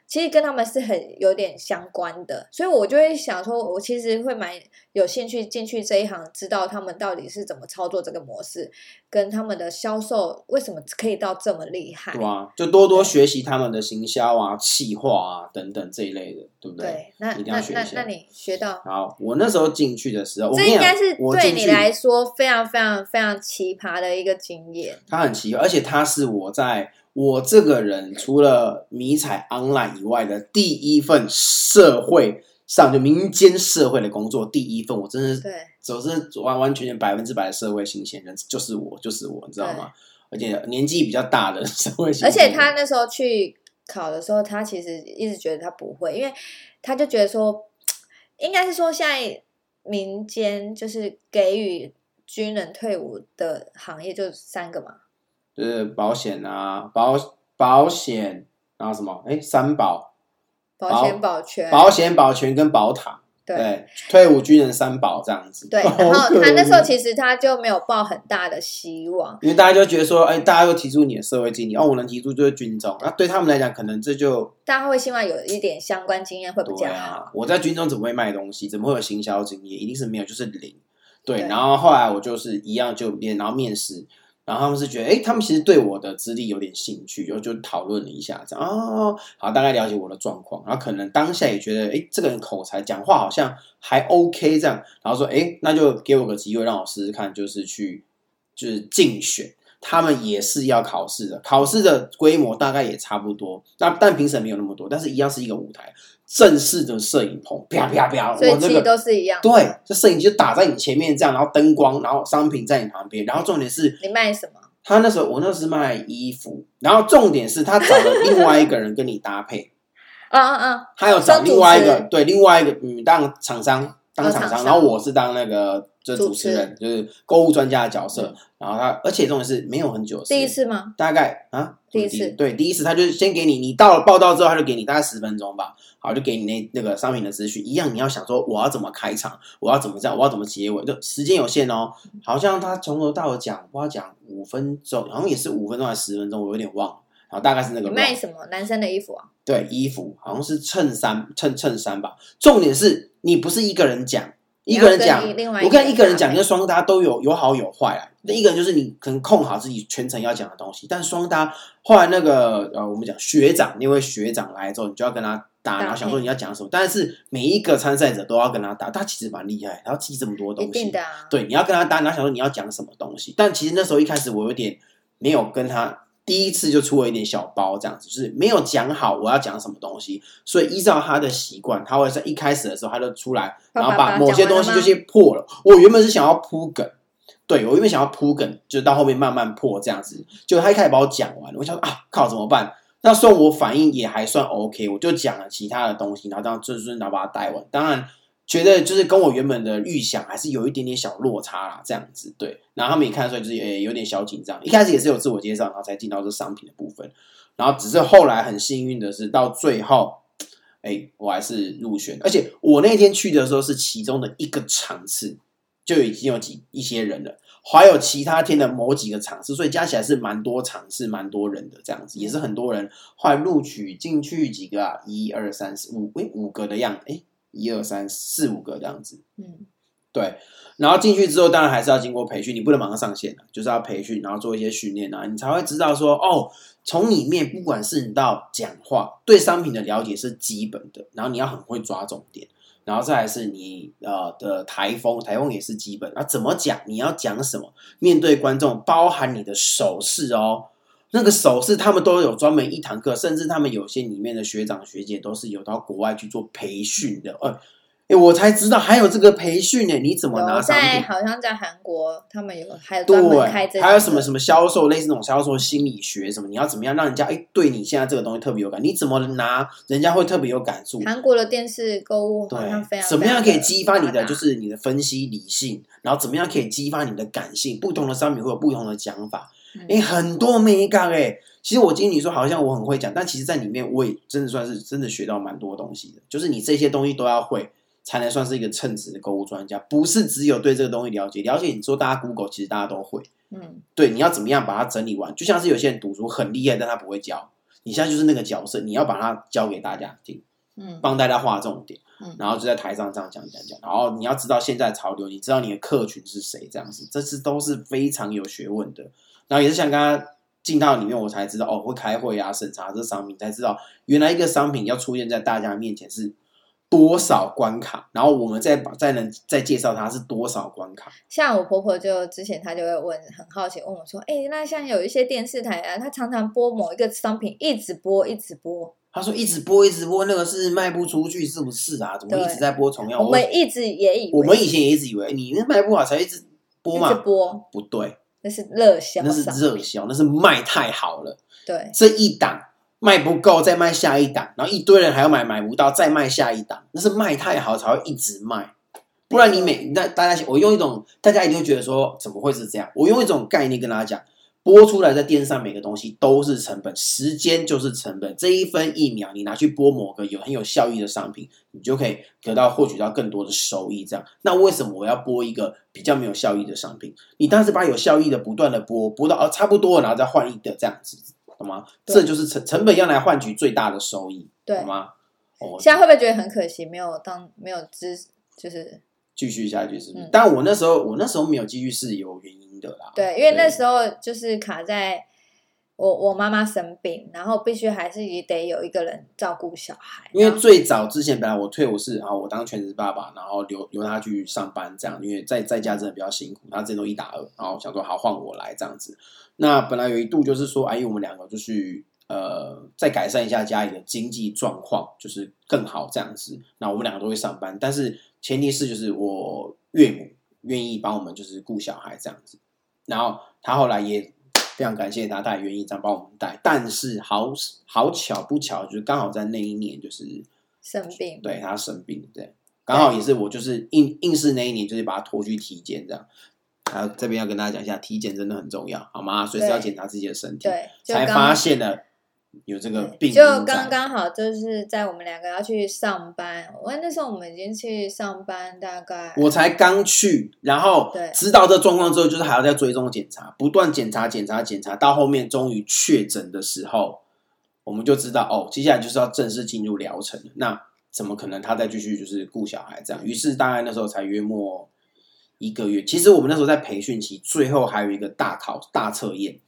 [SPEAKER 3] 其实跟他们是很有点相关的，所以我就会想说，我其实会蛮有兴趣进去这一行，知道他们到底是怎么操作这个模式，跟他们的销售为什么可以到这么厉害。
[SPEAKER 2] 对啊，就多多学习他们的行销啊、企划啊等等这一类的，对不对？
[SPEAKER 3] 对，那
[SPEAKER 2] 一定要
[SPEAKER 3] 那
[SPEAKER 2] 学一
[SPEAKER 3] 那
[SPEAKER 2] 下
[SPEAKER 3] 那你学到，
[SPEAKER 2] 好，我那时候进去的时候，我
[SPEAKER 3] 这
[SPEAKER 2] 跟你
[SPEAKER 3] 应
[SPEAKER 2] 讲
[SPEAKER 3] 该是
[SPEAKER 2] 我
[SPEAKER 3] 对
[SPEAKER 2] 进
[SPEAKER 3] 你
[SPEAKER 2] 去
[SPEAKER 3] 来说非常非常非常奇葩的一个经验。
[SPEAKER 2] 他很奇怪，而且他是我在我这个人除了迷彩 online 以外的第一份社会上就民间社会的工作，第一份我真的是，
[SPEAKER 3] 对，
[SPEAKER 2] 总是完完全全百分之百的社会新鲜人，就是我，就是我，你知道吗？而且年纪比较大的 <laughs> 社会新鲜人，
[SPEAKER 3] 而且他那时候去考的时候，他其实一直觉得他不会，因为他就觉得说，应该是说现在民间就是给予军人退伍的行业就三个嘛，
[SPEAKER 2] 就是保险啊，保保险，然后什么？哎，三保，
[SPEAKER 3] 保险、
[SPEAKER 2] 保
[SPEAKER 3] 保全、
[SPEAKER 2] 保险、保全跟保塔，
[SPEAKER 3] 对。
[SPEAKER 2] 退伍军人三 <laughs> 保这样子。
[SPEAKER 3] 对，然
[SPEAKER 2] 好
[SPEAKER 3] 后
[SPEAKER 2] 可
[SPEAKER 3] 他那时候
[SPEAKER 2] 怜
[SPEAKER 3] 其实他就没有抱很大的希望，
[SPEAKER 2] 因为大家就觉得说，哎，大家又提出你的社会经历，哦，我能提出就是军中，那对他们来讲，可能这就
[SPEAKER 3] 大家会希望有一点相关经验会比
[SPEAKER 2] 对
[SPEAKER 3] 较好。
[SPEAKER 2] 啊，我在军中怎么会卖东西，怎么会有行销经验，一定是没有，就是零。对，
[SPEAKER 3] 对
[SPEAKER 2] 然后后来我就是一样就面，然后面试，然后他们是觉得，哎，他们其实对我的资历有点兴趣，然后就讨论了一下，这样哦，好，大概了解我的状况，然后可能当下也觉得，哎，这个人口才讲话好像还 OK 这样，然后说，哎，那就给我个机会让我试试看，就是去就是竞选。他们也是要考试的，考试的规模大概也差不多，那但评审没有那么多，但是一样是一个舞台，正式的摄影棚，啪啪啪，啊我
[SPEAKER 3] 所以
[SPEAKER 2] 这
[SPEAKER 3] 其实
[SPEAKER 2] 个
[SPEAKER 3] 都是一样。
[SPEAKER 2] 对，这摄影机就打在你前面这样，然后灯光，然后商品在你旁边，然后重点是
[SPEAKER 3] 你卖什么？
[SPEAKER 2] 他那时候我那时候是卖衣服，然后重点是他找了另外一个人跟你搭配，
[SPEAKER 3] 啊啊啊！
[SPEAKER 2] 他有找另外一
[SPEAKER 3] 当 <laughs>
[SPEAKER 2] 个
[SPEAKER 3] 主持
[SPEAKER 2] 对另外一个嗯当厂商当
[SPEAKER 3] 当
[SPEAKER 2] 厂
[SPEAKER 3] 哦厂
[SPEAKER 2] 商，
[SPEAKER 3] 商
[SPEAKER 2] 然后我是当那个就是
[SPEAKER 3] 主
[SPEAKER 2] 主持
[SPEAKER 3] 持
[SPEAKER 2] 人，就是购物专家的角色，
[SPEAKER 3] 嗯
[SPEAKER 2] 然后他而且重点是没有很久的时间，
[SPEAKER 3] 第一次吗？
[SPEAKER 2] 大概啊，
[SPEAKER 3] 第一次
[SPEAKER 2] 对，第一次他就先给你，你到了报道之后，他就给你大概十分钟吧，好，就给你那那个商品的资讯，一样你要想说我要怎么开场，我要怎么这样，我要怎么结尾，就时间有限哦，好像他从头到尾讲，我要讲五分钟，好像也是五分钟还是十分钟，我有点忘了，然后大概是那
[SPEAKER 3] 你
[SPEAKER 2] 个
[SPEAKER 3] 卖
[SPEAKER 2] round
[SPEAKER 3] 什么？男生的衣服啊？
[SPEAKER 2] 对衣服，好像是衬衫衬衬衫吧，重点是你不是一个人讲，一个人
[SPEAKER 3] 你要
[SPEAKER 2] 讲
[SPEAKER 3] 跟，另外
[SPEAKER 2] 我看一个人
[SPEAKER 3] 搭
[SPEAKER 2] 讲
[SPEAKER 3] 配
[SPEAKER 2] 跟双搭都有有好有坏啊。那一个人就是你可能控好自己全程要讲的东西，但双搭后来那个呃，我们讲学长那位学长来之后，你就要跟他
[SPEAKER 3] 搭
[SPEAKER 2] 搭，
[SPEAKER 3] 配
[SPEAKER 2] 然后想说你要讲什么，但是每一个参赛者都要跟他搭，他其实蛮厉害，他记这么多东
[SPEAKER 3] 一
[SPEAKER 2] 西，
[SPEAKER 3] 定的啊，
[SPEAKER 2] 对，你要跟他搭，然后想说你要讲什么东西。但其实那时候一开始我有点没有跟他第一次就出了一点小包，这样子就是没有讲好我要讲什么东西。所以依照他的习惯，他会在一开始的时候他就出来，
[SPEAKER 3] 把
[SPEAKER 2] 然后
[SPEAKER 3] 把
[SPEAKER 2] 把
[SPEAKER 3] 把
[SPEAKER 2] 某
[SPEAKER 3] 讲
[SPEAKER 2] 些
[SPEAKER 3] 完了
[SPEAKER 2] 东西就
[SPEAKER 3] 吗
[SPEAKER 2] 先破了。我原本是想要铺梗。对，我原本想要铺梗，就是到后面慢慢破这样子。就他一开始把我讲完，我想说啊，靠，怎么办？那时候我反应也还算 OK，我就讲了其他的东西，然后这样顺顺然后把它带完。当然，觉得就是跟我原本的预想还是有一点点小落差啦，这样子对。然后他们也看出来，就是诶、有点小紧张，一开始也是有自我介绍，然后才进到这商品的部分。然后只是后来很幸运的是，到最后，哎、我还是入选。而且我那天去的时候是其中的一个场次，就已经有几一些人了，还有其他天的某几个场次，所以加起来是蛮多场次、蛮多人的这样子，也是很多人。后来录取进去几个啊？一二三四五，哎、五个的样子，哎、一二三四五个这样子。
[SPEAKER 3] 嗯，
[SPEAKER 2] 对，然后进去之后，当然还是要经过培训，你不能马上上线啊就是要培训，然后做一些训练啊，你才会知道说，哦，从里面不管是你到讲话，对商品的了解是基本的，然后你要很会抓重点，然后再来是你呃的台风，台风也是基本，那怎么讲，你要讲什么，面对观众，包含你的手势哦。那个手势，他们都有专门一堂课，甚至他们有些里面的学长学姐都是有到国外去做培训的。呃，哎，我才知道还有这个培训呢，你怎么拿
[SPEAKER 3] 有
[SPEAKER 2] 商
[SPEAKER 3] 在
[SPEAKER 2] 品？
[SPEAKER 3] 好像在韩国，他们有还有专门开这
[SPEAKER 2] 对，
[SPEAKER 3] 种
[SPEAKER 2] 还有什么
[SPEAKER 3] 的
[SPEAKER 2] 什么销售，类似那种销售心理学什么，你要怎么样让人家哎对你现在这个东西特别有感？你怎么拿人家会特别有感触？
[SPEAKER 3] 韩国的电视购物好像非
[SPEAKER 2] 对，
[SPEAKER 3] 常
[SPEAKER 2] 怎么样可以激发你
[SPEAKER 3] 非常
[SPEAKER 2] 的
[SPEAKER 3] 发达
[SPEAKER 2] 就是你的分析理性，然后怎么样可以激发你的感性？不同的商品会有不同的讲法，
[SPEAKER 3] 嗯
[SPEAKER 2] 哎、很多美感哎、其实我经理说好像我很会讲，但其实在里面我也真的算是真的学到蛮多东西的，就是你这些东西都要会。才能算是一个称职的购物专家，不是只有对这个东西了解。了解你说大家 Google，其实大家都会。
[SPEAKER 3] 嗯，
[SPEAKER 2] 对，你要怎么样把它整理完？就像是有些人读书很厉害，但他不会教，你现在就是那个角色，你要把它教给大家听，
[SPEAKER 3] 嗯
[SPEAKER 2] 帮大家画重点
[SPEAKER 3] 嗯，
[SPEAKER 2] 然后就在台上这样讲讲讲，然后你要知道现在潮流，你知道你的客群是谁，这样子，这是都是非常有学问的。然后也是像刚刚进到里面，我才知道哦，会开会啊，审查这商品，才知道原来一个商品要出现在大家面前是。多少关卡，然后我们再把再能再介绍它是多少关卡，
[SPEAKER 3] 像我婆婆就之前她就会问，很好奇问我说：“哎、那像有一些电视台啊，它常常播某一个商品，一直播，一直播，
[SPEAKER 2] 他说一直播一直播，那个是卖不出去，是不是啊？怎么一直在播同样？
[SPEAKER 3] 我们一直也以为
[SPEAKER 2] 我们以前也一直以为你那卖不好才一直播
[SPEAKER 3] 一直
[SPEAKER 2] 嘛，
[SPEAKER 3] 播，
[SPEAKER 2] 不对，
[SPEAKER 3] 那是热销
[SPEAKER 2] 那是
[SPEAKER 3] 商
[SPEAKER 2] 热销，那是卖太好了，
[SPEAKER 3] 对
[SPEAKER 2] 这一档卖不够，再卖下一档，然后一堆人还要买，买不到再卖下一档，那是卖太好才会一直卖。不然你每那大家，我用一种大家一定会觉得说怎么会是这样？我用一种概念跟大家讲，播出来在电视上每个东西都是成本，时间就是成本，这一分一秒你拿去播某个有很有效益的商品，你就可以得到获取到更多的收益。这样，那为什么我要播一个比较没有效益的商品？你当时把有效益的不断的播，播到哦差不多了，然后再换一个这样子，懂吗？
[SPEAKER 3] 对
[SPEAKER 2] 这就是成成本要来换取最大的收益，
[SPEAKER 3] 对
[SPEAKER 2] 懂。吗？哦，
[SPEAKER 3] 现在会不会觉得很可惜，没有当没有知，就是
[SPEAKER 2] 继续下去是不是？
[SPEAKER 3] 嗯
[SPEAKER 2] 但我那时候我那时候没有继续是有原因的啦。
[SPEAKER 3] 对，因为
[SPEAKER 2] 对
[SPEAKER 3] 那时候就是卡在我我妈妈生病，然后必须还是也得有一个人照顾小孩，
[SPEAKER 2] 因为
[SPEAKER 3] 然后
[SPEAKER 2] 最早之前本来我退伍是啊，我当全职爸爸，然后留留他去上班这样，因为在在家真的比较辛苦，他之前都一打二，然后想说好换我来这样子。那本来有一度就是说，哎，因为我们两个就是呃，再改善一下家里的经济状况，就是更好这样子。那我们两个都会上班，但是前提是就是我岳母愿意帮我们就是顾小孩这样子。然后他后来也非常感谢他，他也愿意这样帮我们带。但是好好巧不巧，就是刚好在那一年，就是
[SPEAKER 3] 生病，
[SPEAKER 2] 对他生病，对，刚好也是我就是应应试那一年，就是把他拖去体检这样。还有这边要跟大家讲一下，体检真的很重要，好吗？随时要检查自己的身体，
[SPEAKER 3] 对，就
[SPEAKER 2] 才
[SPEAKER 3] 刚
[SPEAKER 2] 发现了有这个病因在。
[SPEAKER 3] 就刚刚好，就是在我们两个要去上班，我那时候我们已经去上班，大概
[SPEAKER 2] 我才刚去，然后
[SPEAKER 3] 对
[SPEAKER 2] 知道这状况之后，就是还要再追踪检查，不断检查、检查、检查，到后面终于确诊的时候，我们就知道哦，接下来就是要正式进入疗程了。那怎么可能他再继续就是顾小孩这样？于是大概那时候才约莫一个月。其实我们那时候在培训期，最后还有一个大考大测验。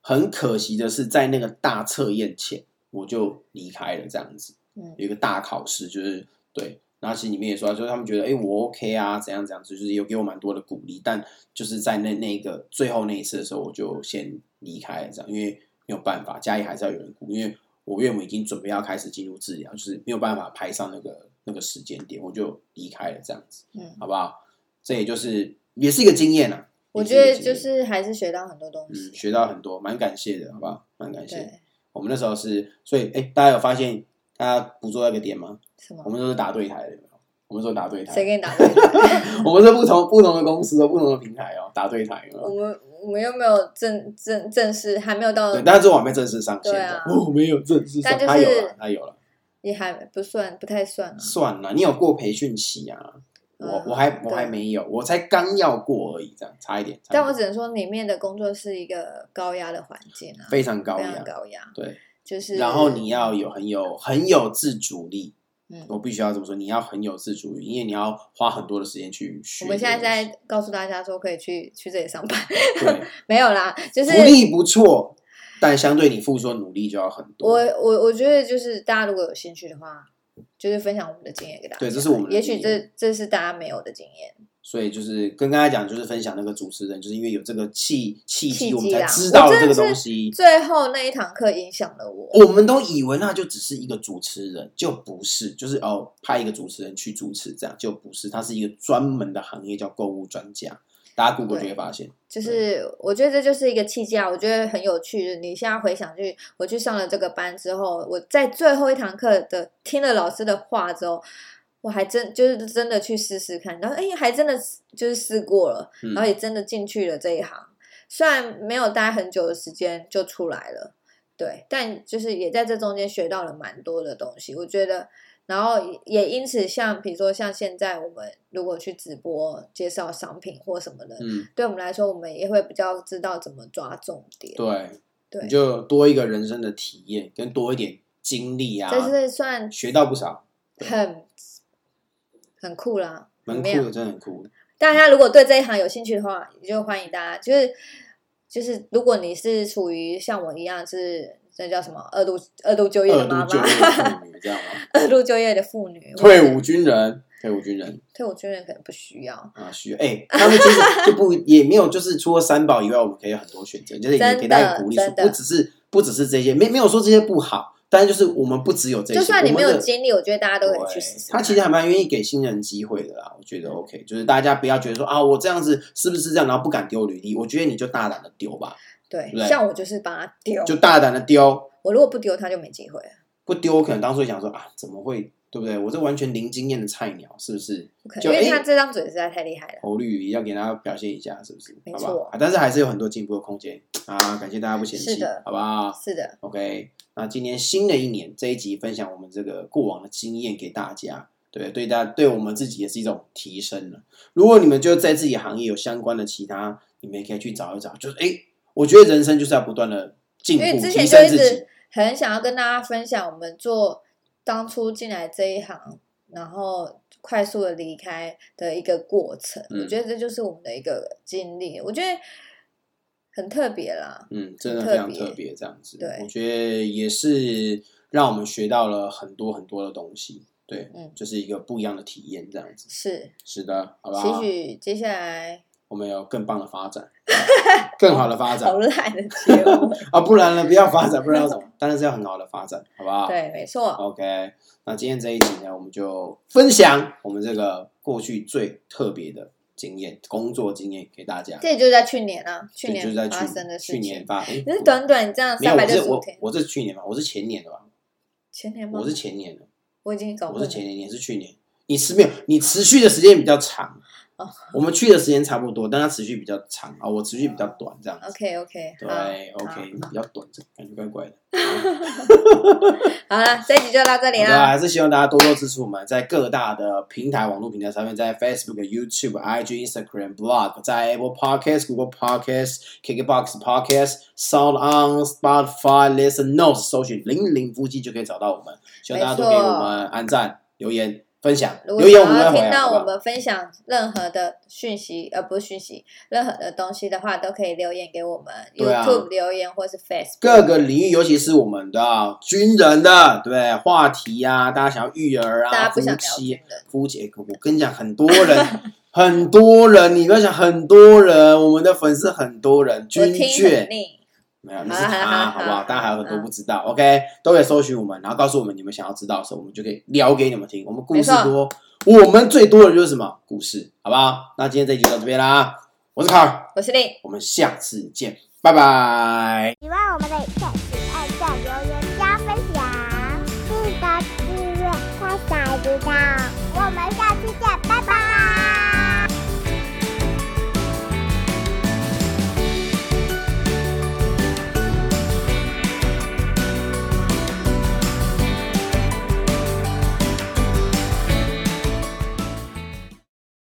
[SPEAKER 2] 很可惜的是，在那个大测验前，我就离开了这样子。
[SPEAKER 3] 嗯
[SPEAKER 2] 有一个大考试，就是对，然后其实里面也说，就是他们觉得，哎、我 OK 啊，怎样怎样，就是有给我蛮多的鼓励，但就是在那那个最后那一次的时候，我就先离开了，这样，因为没有办法，家里还是要有人顾，因为我岳母已经准备要开始进入治疗，就是没有办法排上那个那个时间点，我就离开了，这样子，
[SPEAKER 3] 嗯，
[SPEAKER 2] 好不好？这也就是也是一个经验啊，
[SPEAKER 3] 我
[SPEAKER 2] 也
[SPEAKER 3] 觉得
[SPEAKER 2] 一个经
[SPEAKER 3] 就
[SPEAKER 2] 验
[SPEAKER 3] 是还是学到很多东
[SPEAKER 2] 嗯，
[SPEAKER 3] 西，
[SPEAKER 2] 学到很多，蛮感谢的，好不好？蛮感谢。
[SPEAKER 3] 对，
[SPEAKER 2] 我们那时候是，所以哎、大家有发现他捕捉到一个点吗？
[SPEAKER 3] 什
[SPEAKER 2] 我
[SPEAKER 3] 么？
[SPEAKER 2] 们都是打对台的，有没有？我们说打对台，
[SPEAKER 3] 谁给你打过来？
[SPEAKER 2] 我们是不同不同的公司哦，不同的平台哦，打对台有没
[SPEAKER 3] <laughs> 我
[SPEAKER 2] 有？
[SPEAKER 3] 们我们又没有正正正式，还没有到
[SPEAKER 2] 对，，但是这我还没正式上线
[SPEAKER 3] 嗯对
[SPEAKER 2] 的
[SPEAKER 3] 啊，
[SPEAKER 2] 哦，没有正式上，
[SPEAKER 3] 但就是
[SPEAKER 2] 他有了，他有了，
[SPEAKER 3] 也还不算，不太算啊。
[SPEAKER 2] 算了，你有过培训期啊？我
[SPEAKER 3] 嗯
[SPEAKER 2] 我还我还
[SPEAKER 3] 对
[SPEAKER 2] 没有，我才刚要过而已，这样差一点，差一点
[SPEAKER 3] 但我只能说，里面的工作是一个高压的环境啊，
[SPEAKER 2] 非常高
[SPEAKER 3] 非常
[SPEAKER 2] 压，
[SPEAKER 3] 高压，
[SPEAKER 2] 对，
[SPEAKER 3] 就是
[SPEAKER 2] 然后你要有很有很有自主力，
[SPEAKER 3] 嗯，
[SPEAKER 2] 我必须要这么说，你要很有自主力，因为你要花很多的时间去学
[SPEAKER 3] 我
[SPEAKER 2] 这个东
[SPEAKER 3] 们
[SPEAKER 2] 西。
[SPEAKER 3] 现在在告诉大家说可以去去这里上班，
[SPEAKER 2] 对
[SPEAKER 3] 没有啦， <laughs> 就是
[SPEAKER 2] 福利不错，但相对你付出的努力就要很多。
[SPEAKER 3] 我我我觉得就是大家如果有兴趣的话，就是分享我们的经验给大家。
[SPEAKER 2] 对这是我们的
[SPEAKER 3] 也许
[SPEAKER 2] 经
[SPEAKER 3] 这这是大家没有的经验。
[SPEAKER 2] 所以就是跟刚才讲，就是分享那个主持人，就是因为有这个契契
[SPEAKER 3] 契
[SPEAKER 2] 机，
[SPEAKER 3] 机
[SPEAKER 2] 我们才
[SPEAKER 3] 啦
[SPEAKER 2] 知道
[SPEAKER 3] 我
[SPEAKER 2] 了这
[SPEAKER 3] 真的
[SPEAKER 2] 个
[SPEAKER 3] 是
[SPEAKER 2] 东西。
[SPEAKER 3] 最后那一堂课影响了我，
[SPEAKER 2] 我们都以为那就只是一个主持人，就不是，就是哦，派一个主持人去主持，这样就不是，它是一个专门的行业，叫购物专家。大家 Google 就
[SPEAKER 3] 对
[SPEAKER 2] 会发现，
[SPEAKER 3] 就是我觉得这就是一个契机啊，我觉得很有趣。你现在回想去，我去上了这个班之后，我在最后一堂课的听了老师的话之后，我还真就是真的去试试看，然后哎，还真的就是试过了，
[SPEAKER 2] 嗯
[SPEAKER 3] 然后也真的进去了这一行。虽然没有待很久的时间就出来了，对，但就是也在这中间学到了蛮多的东西，我觉得。然后也也因此像，比如说像现在我们如果去直播介绍商品或什么的，
[SPEAKER 2] 嗯，
[SPEAKER 3] 对我们来说，我们也会比较知道怎么抓重点。
[SPEAKER 2] 对，
[SPEAKER 3] 对
[SPEAKER 2] 你就多一个人生的体验，跟多一点经历啊，
[SPEAKER 3] 这是算
[SPEAKER 2] 学到不少，
[SPEAKER 3] 很很酷啦，
[SPEAKER 2] 蛮
[SPEAKER 3] 很
[SPEAKER 2] 酷
[SPEAKER 3] 妙
[SPEAKER 2] 的，真的很酷。
[SPEAKER 3] 大家如果对这一行有兴趣的话，也就欢迎大家，就是就是，如果你是处于像我一样，是那叫什么二度二度就业
[SPEAKER 2] 二
[SPEAKER 3] 的妈
[SPEAKER 2] 度就
[SPEAKER 3] 妈
[SPEAKER 2] 业，妇女，这样吗？
[SPEAKER 3] <laughs> 二度就业的妇女，
[SPEAKER 2] 退
[SPEAKER 3] 或
[SPEAKER 2] 伍
[SPEAKER 3] 是
[SPEAKER 2] 军人，退伍军人
[SPEAKER 3] 退伍军人可能不需要，
[SPEAKER 2] 啊，需要哎，他们其实就不也没有，就是除了三宝以外，我们可以有很多选择，就是也
[SPEAKER 3] 真的
[SPEAKER 2] 给大家鼓励，说
[SPEAKER 3] 真的
[SPEAKER 2] 不只是不只是这些，没没有说这些不好，但是就是我们不只有这些，
[SPEAKER 3] 就算你没
[SPEAKER 2] 我
[SPEAKER 3] 有
[SPEAKER 2] 们的
[SPEAKER 3] 经历，我觉得大家都可以去
[SPEAKER 2] 对
[SPEAKER 3] 试试
[SPEAKER 2] 他
[SPEAKER 3] 看。
[SPEAKER 2] 其实还蛮愿意给新人机会的啦，我觉得 OK，就是大家不要觉得说啊，我这样子是不是这样，然后不敢丢履历，我觉得你就大胆的丢吧，
[SPEAKER 3] 对
[SPEAKER 2] 对，
[SPEAKER 3] 像我就是把它丢，
[SPEAKER 2] 就大胆的丢，
[SPEAKER 3] 我如果不丢，他就没机会了，
[SPEAKER 2] 不丢我可能当初也想说啊，怎么会，对不对？我这完全零经验的菜鸟，是不是？
[SPEAKER 3] 不可能，
[SPEAKER 2] 就
[SPEAKER 3] 因为他
[SPEAKER 2] 诶
[SPEAKER 3] 这张嘴实在太厉害了。
[SPEAKER 2] 投履历要给大家表现一下，是不是？
[SPEAKER 3] 没
[SPEAKER 2] 好
[SPEAKER 3] 错嗯
[SPEAKER 2] 不好？啊但是还是有很多进步的空间啊，感谢大家不嫌
[SPEAKER 3] 是
[SPEAKER 2] 弃
[SPEAKER 3] 的，
[SPEAKER 2] 好不好
[SPEAKER 3] 是的，
[SPEAKER 2] ？OK，那今年新的一年这一集分享我们这个过往的经验给大家，对对大家对我们自己也是一种提升了。如果你们就在自己行业有相关的其他，你们也可以去找一找，就是诶，我觉得人生就是要不断的进
[SPEAKER 3] 因为
[SPEAKER 2] 步，
[SPEAKER 3] 之
[SPEAKER 2] 提
[SPEAKER 3] 前就
[SPEAKER 2] 升
[SPEAKER 3] 一
[SPEAKER 2] 自己
[SPEAKER 3] 直。很想要跟大家分享，我们做当初进来这一行，然后快速的离开的一个过程。
[SPEAKER 2] 嗯
[SPEAKER 3] 我觉得这就是我们的一个经历，我觉得很特别啦。
[SPEAKER 2] 嗯，真的
[SPEAKER 3] 很
[SPEAKER 2] 非
[SPEAKER 3] 特
[SPEAKER 2] 常
[SPEAKER 3] 别
[SPEAKER 2] 特别，这样子，
[SPEAKER 3] 对
[SPEAKER 2] 我觉得也是让我们学到了很多很多的东西，对，
[SPEAKER 3] 嗯
[SPEAKER 2] 就是一个不一样的体验，这样子，
[SPEAKER 3] 是，
[SPEAKER 2] 是的，好不好
[SPEAKER 3] 期？许接下来
[SPEAKER 2] 我们有更棒的发展， <laughs> 更好的发展
[SPEAKER 3] 好烂的结尾。
[SPEAKER 2] 啊，不然呢，不要发展，不然要怎么？当然是要很好的发展， <laughs> 好不好？
[SPEAKER 3] 对，没错，
[SPEAKER 2] ，OK，那今天这一集呢，我们就分享我们这个过去最特别的经验，工作经验给大家，
[SPEAKER 3] 这也就是在去年啊，去
[SPEAKER 2] 对，
[SPEAKER 3] 年
[SPEAKER 2] 就是在
[SPEAKER 3] 发
[SPEAKER 2] 去
[SPEAKER 3] 生的事
[SPEAKER 2] 去
[SPEAKER 3] 情。
[SPEAKER 2] 年发，诶
[SPEAKER 3] 只是短短这样
[SPEAKER 2] 没有，
[SPEAKER 3] 三百
[SPEAKER 2] 我
[SPEAKER 3] 六
[SPEAKER 2] 是
[SPEAKER 3] 十五
[SPEAKER 2] 我
[SPEAKER 3] 天，
[SPEAKER 2] 我是去年吧，我是前年的吧，
[SPEAKER 3] 前年吗？
[SPEAKER 2] 我是前年的，
[SPEAKER 3] 我已经搞
[SPEAKER 2] 我
[SPEAKER 3] 混
[SPEAKER 2] 是
[SPEAKER 3] 了
[SPEAKER 2] 前年，你是去年，你持没有，你持续的时间比较长
[SPEAKER 3] 哦，
[SPEAKER 2] 我们去的时间差不多，但它持续比较长啊，我持续比较短这样子。
[SPEAKER 3] OK 哦 OK，好，
[SPEAKER 2] 对
[SPEAKER 3] 好
[SPEAKER 2] ，OK，比较短，这感觉怪怪的。
[SPEAKER 3] 好了，这一集就到这里
[SPEAKER 2] 对
[SPEAKER 3] 啦
[SPEAKER 2] 啊，。还是希望大家多多支持我们，在各大的平台、网络平台上面，在 Facebook、YouTube、IG、Instagram、Blog，在 Apple Podcast、Google Podcast、KKBox Podcast、Sound On、Spotify、Listen Notes 搜寻“零零夫妻”就可以找到我们。希望大家多给
[SPEAKER 3] 没错
[SPEAKER 2] 我们按赞、留言、分享，
[SPEAKER 3] 如
[SPEAKER 2] 留
[SPEAKER 3] 果
[SPEAKER 2] 言
[SPEAKER 3] 想
[SPEAKER 2] 我们
[SPEAKER 3] 要
[SPEAKER 2] 会回
[SPEAKER 3] 听
[SPEAKER 2] 啊
[SPEAKER 3] 到
[SPEAKER 2] 好不
[SPEAKER 3] 我
[SPEAKER 2] 好。
[SPEAKER 3] 们分享任何的讯息，呃，不是讯息，任何的东西的话，都可以留言给我们、
[SPEAKER 2] 对啊
[SPEAKER 3] YouTube 留言或是 Facebook。
[SPEAKER 2] 各个领域，尤其是我们的啊军人的对不对话题啊，大家想要育儿
[SPEAKER 3] 大
[SPEAKER 2] 啊，
[SPEAKER 3] 家
[SPEAKER 2] 夫
[SPEAKER 3] 不想聊
[SPEAKER 2] 妻
[SPEAKER 3] 军人，
[SPEAKER 2] 夫妻，我跟你讲，很多人，很多人，你不要想，很多人，我们的粉丝很多人，
[SPEAKER 3] 我
[SPEAKER 2] 军
[SPEAKER 3] 听很
[SPEAKER 2] 犬
[SPEAKER 3] 腻。
[SPEAKER 2] 没有，那是
[SPEAKER 3] 好啦好
[SPEAKER 2] 他，好
[SPEAKER 3] 啦好啦
[SPEAKER 2] 不好？
[SPEAKER 3] 好啦
[SPEAKER 2] 大家还有很多不知道，OK，都可以搜寻我们，然后告诉我们你们想要知道的时候，我们就可以聊给你们听。我们故事
[SPEAKER 3] 没错
[SPEAKER 2] 多，我们最多的就是什么故事，好不好？那今天这一集就到这边啦，我是卡尔，
[SPEAKER 3] 我是令，
[SPEAKER 2] 我们下次见，拜拜。
[SPEAKER 1] 喜欢我们的影片，请按赞、留言、加分享，记得订阅、开小铃铛。我们下期见，拜拜。